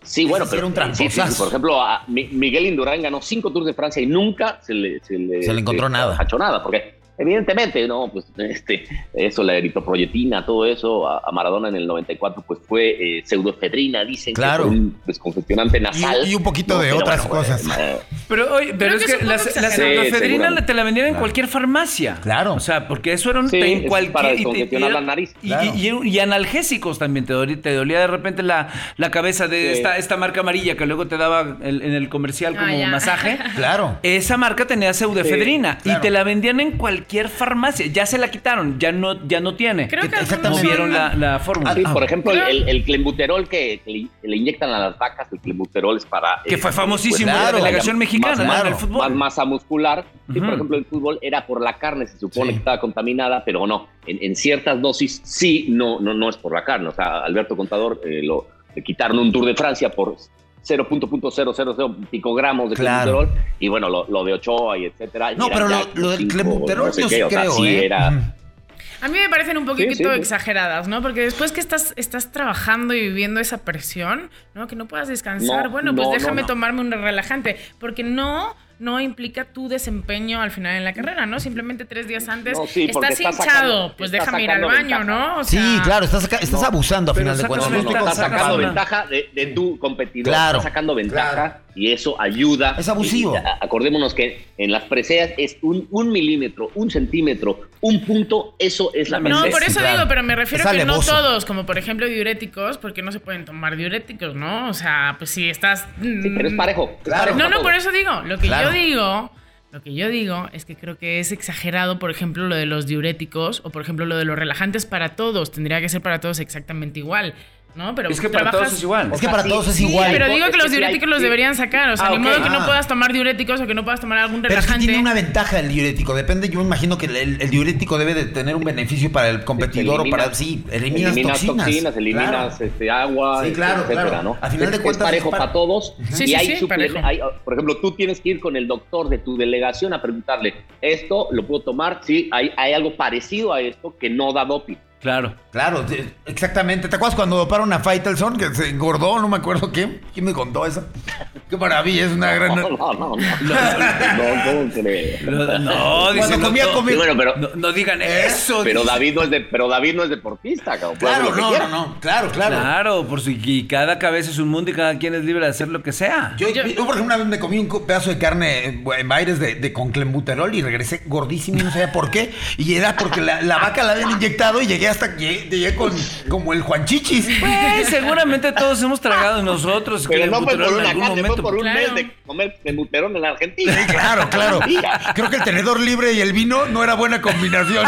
Speaker 3: Sí, bueno,
Speaker 4: Ese
Speaker 3: pero
Speaker 4: era un
Speaker 3: sí, sí, sí.
Speaker 4: tramposazo.
Speaker 3: por ejemplo, a Mi- Miguel Indurain ganó cinco Tours de Francia y nunca se le, se le, este,
Speaker 4: Se le encontró nada.
Speaker 3: achó nada, porque evidentemente, no, pues este, eso, la eritroproyetina, todo eso, a, a Maradona en el 94, pues fue eh, pseudoefedrina, dicen,
Speaker 4: Claro.
Speaker 3: que fue un descongestionante nasal.
Speaker 4: Y- y un poquito de
Speaker 3: Pero
Speaker 4: otras cosas.
Speaker 3: eh,
Speaker 2: Pero, oye, pero
Speaker 5: Creo
Speaker 2: es
Speaker 5: que
Speaker 2: que,
Speaker 5: es un
Speaker 2: la,
Speaker 5: poco
Speaker 2: la
Speaker 5: exagerado.
Speaker 2: pseudoefedrina
Speaker 3: Sí,
Speaker 2: la- te la vendían en
Speaker 4: Claro.
Speaker 2: cualquier farmacia.
Speaker 4: Claro.
Speaker 2: O sea, porque eso era un
Speaker 3: Sí,
Speaker 2: en
Speaker 3: es
Speaker 2: cualquier.
Speaker 3: para
Speaker 2: y te-
Speaker 3: descongestionar
Speaker 2: y-
Speaker 3: la nariz.
Speaker 2: Y,
Speaker 4: Claro.
Speaker 2: y- y analgésicos también. Te dolía, te dolía de repente la, la cabeza de
Speaker 3: Sí.
Speaker 2: esta, esta marca amarilla que luego te daba el- en el comercial
Speaker 5: Ah,
Speaker 2: como
Speaker 5: ya.
Speaker 2: masaje.
Speaker 4: Claro.
Speaker 2: Esa marca tenía pseudoefedrina
Speaker 4: claro.
Speaker 2: y te la vendían en cualquier farmacia. Ya se la quitaron, ya no, ya no tiene.
Speaker 5: Creo que
Speaker 4: Exactamente.
Speaker 5: algunos
Speaker 2: Movieron
Speaker 5: son-
Speaker 2: la, la
Speaker 4: Ah,
Speaker 2: fórmula.
Speaker 3: sí, por ejemplo, el,
Speaker 5: Claro.
Speaker 3: el, el clenbuterol que, que le- que le inyectan a las vacas, el clenbuterol es para...
Speaker 2: Que
Speaker 3: eh,
Speaker 2: fue famosísimo
Speaker 4: Pues
Speaker 2: en
Speaker 4: claro.
Speaker 2: la delegación mexicana
Speaker 3: más,
Speaker 2: ¿no? en
Speaker 4: claro,
Speaker 2: el fútbol.
Speaker 3: más masa muscular. Sí,
Speaker 2: Ujú.
Speaker 3: por ejemplo, el fútbol era por la carne, se supone
Speaker 4: Sí.
Speaker 3: que estaba contaminada, pero no. En, en ciertas dosis sí, no, no, no es por la carne. O sea, Alberto Contador eh, lo le quitaron un Tour de Francia por 0.000 picogramos de
Speaker 4: Claro.
Speaker 3: clenbuterol y bueno, lo, lo de Ochoa y etcétera. y
Speaker 4: No,
Speaker 3: era
Speaker 4: pero
Speaker 3: ya
Speaker 4: lo, lo del
Speaker 3: cinco,
Speaker 4: clenbuterol
Speaker 3: no sé
Speaker 4: yo sí
Speaker 3: qué, o sea,
Speaker 4: creo,
Speaker 3: sí
Speaker 4: ¿eh?
Speaker 3: era-
Speaker 4: Ujú.
Speaker 5: A mí me parecen un poquito
Speaker 3: sí, sí.
Speaker 5: exageradas, ¿no? Porque después que estás, estás trabajando y viviendo esa presión, ¿no? Que no puedas descansar.
Speaker 3: No,
Speaker 5: bueno,
Speaker 3: no,
Speaker 5: pues
Speaker 3: no,
Speaker 5: déjame
Speaker 3: no.
Speaker 5: tomarme un relajante. Porque no, no implica tu desempeño al final en la carrera, ¿no? Simplemente tres días antes
Speaker 3: No, sí, porque
Speaker 5: estás hinchado,
Speaker 3: estás sacando-
Speaker 5: pues
Speaker 3: estás
Speaker 5: déjame ir al
Speaker 3: sacando
Speaker 5: baño,
Speaker 3: ventaja.
Speaker 5: ¿no? O
Speaker 4: Sí,
Speaker 5: sea,
Speaker 4: claro, estás, saca- estás abusando a
Speaker 2: Pero
Speaker 4: final de
Speaker 2: sacas
Speaker 4: cuentas.
Speaker 3: No, no,
Speaker 2: ventaja,
Speaker 3: estás
Speaker 2: sacas
Speaker 3: sacando
Speaker 2: una.
Speaker 3: ventaja de, de tu competidor.
Speaker 4: Claro.
Speaker 3: Estás sacando ventaja
Speaker 6: Claro.
Speaker 3: y eso ayuda.
Speaker 4: Es abusivo.
Speaker 3: Y, y, a- acordémonos que en las preseas es un, un milímetro, un centímetro, un punto, eso es la
Speaker 5: No,
Speaker 3: presea.
Speaker 5: por eso
Speaker 4: claro.
Speaker 5: digo, pero me refiero
Speaker 4: Es
Speaker 5: a que no
Speaker 4: alevoso.
Speaker 5: todos, como por ejemplo diuréticos, porque no se pueden tomar diuréticos, ¿no? O sea, pues si estás... mm,
Speaker 3: Sí, pero es parejo. es
Speaker 4: Claro.
Speaker 3: parejo para
Speaker 5: No, no,
Speaker 3: todos.
Speaker 5: por eso digo. Lo que
Speaker 4: Claro.
Speaker 5: yo digo, lo que yo digo es que creo que es exagerado, por ejemplo, lo de los diuréticos o por ejemplo lo de los relajantes para todos. Tendría que ser para todos exactamente igual, ¿no? Pero
Speaker 2: Es que para todos es igual.
Speaker 4: Es que para
Speaker 3: Sí,
Speaker 4: todos es
Speaker 3: sí,
Speaker 4: igual.
Speaker 5: Pero
Speaker 3: No,
Speaker 5: digo
Speaker 3: es
Speaker 5: que
Speaker 3: que
Speaker 5: los
Speaker 3: sí hay-
Speaker 5: diuréticos los
Speaker 3: sí.
Speaker 5: deberían sacar, o sea,
Speaker 2: Ah,
Speaker 5: ni
Speaker 2: ok.
Speaker 5: modo que no
Speaker 4: Ah.
Speaker 5: puedas tomar diuréticos o que no puedas tomar algún
Speaker 4: Pero es que
Speaker 5: relajante.
Speaker 4: tiene una ventaja el diurético. Depende, yo imagino que el, el diurético debe de tener un beneficio para el competidor
Speaker 3: Elimina-
Speaker 4: o para. Sí, eliminas, toxinas.
Speaker 3: eliminas
Speaker 4: Claro.
Speaker 3: este, agua,
Speaker 4: Sí, claro,
Speaker 3: etcétera,
Speaker 4: claro.
Speaker 3: ¿no?
Speaker 4: A final
Speaker 3: Es-
Speaker 4: de cuentas,
Speaker 3: es parejo
Speaker 4: es par-
Speaker 3: para todos.
Speaker 5: Sí,
Speaker 3: y
Speaker 5: sí,
Speaker 3: hay
Speaker 5: sí,
Speaker 3: suple-
Speaker 5: parejo.
Speaker 3: hay, uh, por ejemplo, tú tienes que ir con el doctor de tu delegación a preguntarle, ¿esto lo puedo tomar? Sí, hay, hay algo parecido a esto que no da doping.
Speaker 2: Claro.
Speaker 4: Claro,
Speaker 3: este
Speaker 4: de- exactamente. ¿Te acuerdas cuando doparon a Faitelson que se engordó? No me acuerdo quién. ¿Quién me contó eso? Qué maravilla, es una gran.
Speaker 3: No, no, no. No, no, no creo.
Speaker 2: No, no, dice,
Speaker 4: Cuando
Speaker 2: no,
Speaker 4: comía, ¿Eh?
Speaker 2: no,
Speaker 4: comía.
Speaker 3: Sí, bueno, pero,
Speaker 2: no, no digan eso.
Speaker 3: pero
Speaker 2: dice.
Speaker 3: David no es de, pero David no es deportista, cabrón. Puede
Speaker 4: Claro,
Speaker 3: hacer lo que
Speaker 4: no,
Speaker 3: quiera.
Speaker 4: no, no. Claro, claro.
Speaker 2: Claro, por si y cada cabeza es un mundo y cada quien es libre de hacer lo que sea.
Speaker 4: Yo, yo, por ejemplo, una vez me comí un co- pedazo de carne eh, en Baires de, de con clenbuterol y regresé gordísimo y no sabía por qué. Y era porque la, la vaca la habían inyectado y llegué hasta llegué, llegué con como el Juan Chichis.
Speaker 2: Güey, Pues, seguramente todos hemos tragado nosotros.
Speaker 3: Pero no fue
Speaker 2: clenbuterol
Speaker 3: por
Speaker 2: en
Speaker 3: una
Speaker 2: algún
Speaker 3: carne, fue
Speaker 2: momento.
Speaker 3: por un
Speaker 5: Claro.
Speaker 3: mes de comer de buterón en la Argentina.
Speaker 4: Sí, claro, claro.
Speaker 3: Mira.
Speaker 4: Creo que el tenedor libre y el vino no era buena combinación.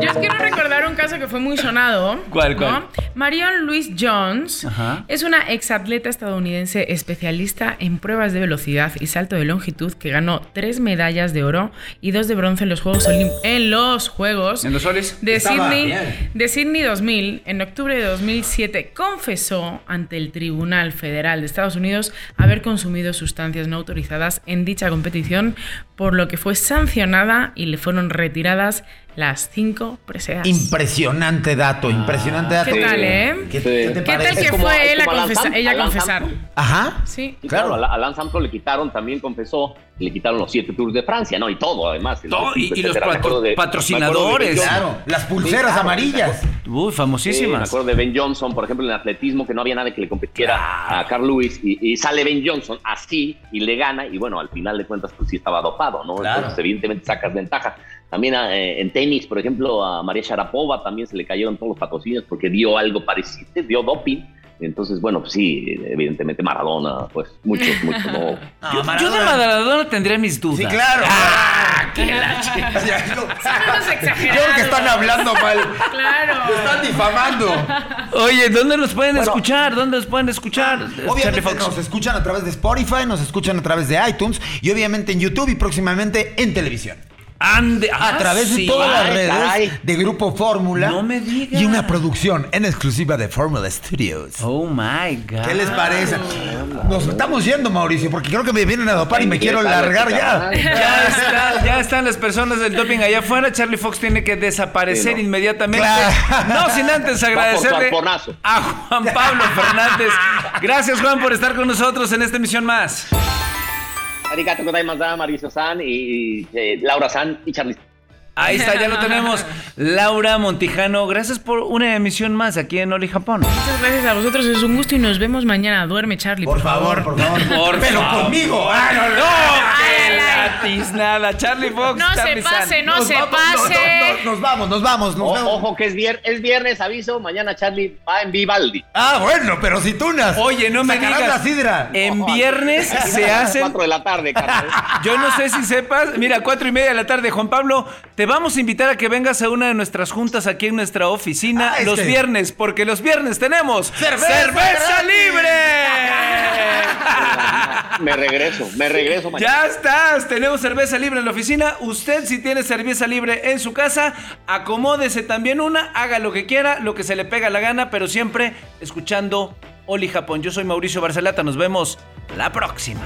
Speaker 5: Yo os quiero recordar un caso que fue muy sonado.
Speaker 2: ¿Cuál, cuál?
Speaker 5: Marion Louise Jones
Speaker 2: Ajá.
Speaker 5: es una exatleta estadounidense especialista en pruebas de velocidad y salto de longitud que ganó tres medallas de oro y dos de bronce en los Juegos Olímpicos. En los Juegos
Speaker 2: ¿En los soles?
Speaker 5: de
Speaker 6: Estaba
Speaker 5: Sydney,
Speaker 6: bien.
Speaker 5: de Sydney 2000, en octubre de 2007, confesó ante el Tribunal Federal de Estados Unidos haber consumido sustancias no autorizadas en dicha competición, por lo que fue sancionada y le fueron retiradas las cinco preseas.
Speaker 4: Impresionante dato, impresionante dato.
Speaker 5: ¿Qué tal, eh?
Speaker 4: ¿Qué,
Speaker 3: Sí.
Speaker 4: qué te
Speaker 3: ¿Qué
Speaker 5: ¿Qué tal
Speaker 4: parece?
Speaker 5: que
Speaker 3: Es como-
Speaker 5: fue
Speaker 3: es
Speaker 5: él a
Speaker 3: como Alan
Speaker 5: confesar,
Speaker 3: Sam-
Speaker 5: ella a
Speaker 3: Alan
Speaker 5: confesar?
Speaker 3: Sam.
Speaker 4: Ajá.
Speaker 5: Sí.
Speaker 3: Sí,
Speaker 4: Claro.
Speaker 3: claro, a, Alan Sampro le quitaron también, confesó, le quitaron los siete tours de Francia, ¿no? Y todo, además.
Speaker 2: Todo, y- y los
Speaker 3: etcétera. Me
Speaker 2: patro-
Speaker 3: acuerdo
Speaker 2: patrocinadores.
Speaker 3: me acuerdo de Ben Johnson.
Speaker 4: Claro. Las pulseras
Speaker 3: claro.
Speaker 4: amarillas.
Speaker 2: Uy,
Speaker 3: Sí, Eh, me
Speaker 2: famosísimas.
Speaker 3: acuerdo de Ben Johnson, por ejemplo, en atletismo, que no había nadie que le competiera a Carl Lewis, y, y sale Ben Johnson así y le gana, y bueno, al final de cuentas, pues sí estaba dopado, ¿no?
Speaker 4: Claro.
Speaker 3: Entonces, evidentemente sacas ventaja. También eh, en tenis, por ejemplo, a María Sharapova también se le cayeron todos los patrocinios porque dio algo parecido, dio doping. Entonces, bueno, pues sí, evidentemente Maradona, pues muchos, muchos, no,
Speaker 4: No,
Speaker 2: Yo, yo
Speaker 4: Maradona.
Speaker 2: de Maradona tendría mis dudas.
Speaker 4: Sí, claro. Ah, Yo
Speaker 5: unos
Speaker 4: creo que están
Speaker 5: exagerados.
Speaker 4: hablando mal. Lo están
Speaker 5: Claro.
Speaker 4: difamando.
Speaker 2: Oye, ¿dónde los pueden escuchar? ¿Dónde los pueden escuchar? Charlie
Speaker 4: Obviamente
Speaker 2: Fox.
Speaker 4: nos escuchan a través de Spotify, nos escuchan a través de iTunes y obviamente en YouTube y próximamente en televisión.
Speaker 2: Ande,
Speaker 4: A
Speaker 2: ah,
Speaker 4: través
Speaker 2: sí.
Speaker 4: de todas las
Speaker 3: Ay,
Speaker 4: redes
Speaker 3: caray.
Speaker 4: de Grupo Fórmula.
Speaker 2: No me digas.
Speaker 4: Y una producción en exclusiva de Fórmula Studios.
Speaker 2: Oh ah. my God.
Speaker 4: ¿Qué les parece? Nos estamos yendo, Mauricio, porque creo que me vienen a dopar y me
Speaker 3: Ay,
Speaker 4: quiero
Speaker 3: qué
Speaker 4: largar
Speaker 3: padre,
Speaker 4: ya.
Speaker 3: caray.
Speaker 2: Ya, está- ya están las personas del doping allá afuera. Charlie Fox tiene que desaparecer
Speaker 3: Sí, no.
Speaker 2: inmediatamente.
Speaker 4: Claro.
Speaker 2: No sin antes
Speaker 3: por su
Speaker 2: agradecerle
Speaker 3: arponazo.
Speaker 2: a Juan Pablo Fernández. Gracias, Juan, por estar con nosotros en esta emisión más.
Speaker 3: Arigato gozaimashita, Mauricio San y, eh, Laura San y Charlie.
Speaker 2: Ahí está, ya lo tenemos. Laura Montijano, gracias por una emisión más aquí en Oli Japón.
Speaker 5: Muchas gracias a vosotros, es un gusto y nos vemos mañana. Duerme, Charlie, por,
Speaker 4: Por favor, por favor.
Speaker 2: Por
Speaker 4: Pero
Speaker 2: favor.
Speaker 4: conmigo. Ah, no, no.
Speaker 2: ¡No! ¡Qué
Speaker 5: Ay, ay.
Speaker 2: latiznada! Charlie Fox.
Speaker 5: No
Speaker 2: Charlie
Speaker 5: se
Speaker 2: San.
Speaker 5: pase, no
Speaker 4: Nos
Speaker 5: se
Speaker 4: vamos, no,
Speaker 5: pase.
Speaker 4: no, no, nos vamos, nos vamos, nos
Speaker 3: O-
Speaker 4: vamos.
Speaker 3: ojo que es, vier- es viernes, aviso, mañana Charlie va en Vivaldi.
Speaker 4: Ah, bueno, pero si tunas.
Speaker 2: Oye, no me
Speaker 4: Sacarás
Speaker 2: digas. Eh.
Speaker 4: la sidra.
Speaker 2: En viernes se hacen
Speaker 3: 4 de la tarde, carnal.
Speaker 2: Yo no sé si sepas, mira, cuatro y media de la tarde, Juan Pablo, te vamos a invitar a que vengas a una de nuestras juntas aquí en nuestra oficina
Speaker 4: Ah, es
Speaker 2: los
Speaker 4: que-
Speaker 2: viernes, porque los viernes tenemos
Speaker 4: ¡Cerveza gratis!
Speaker 2: libre.
Speaker 3: Me regreso, me regreso mañana.
Speaker 2: Ya estás, tenemos cerveza libre en la oficina. Usted si tiene cerveza libre en su casa, acomódese también una, haga lo que quiera, lo que se le pega la gana, pero siempre escuchando Oli Japón. Yo soy Mauricio Barcelata, nos vemos la próxima.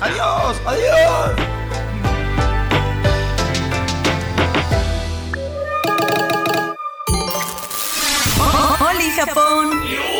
Speaker 4: Adiós, adiós.
Speaker 1: Oli Japón.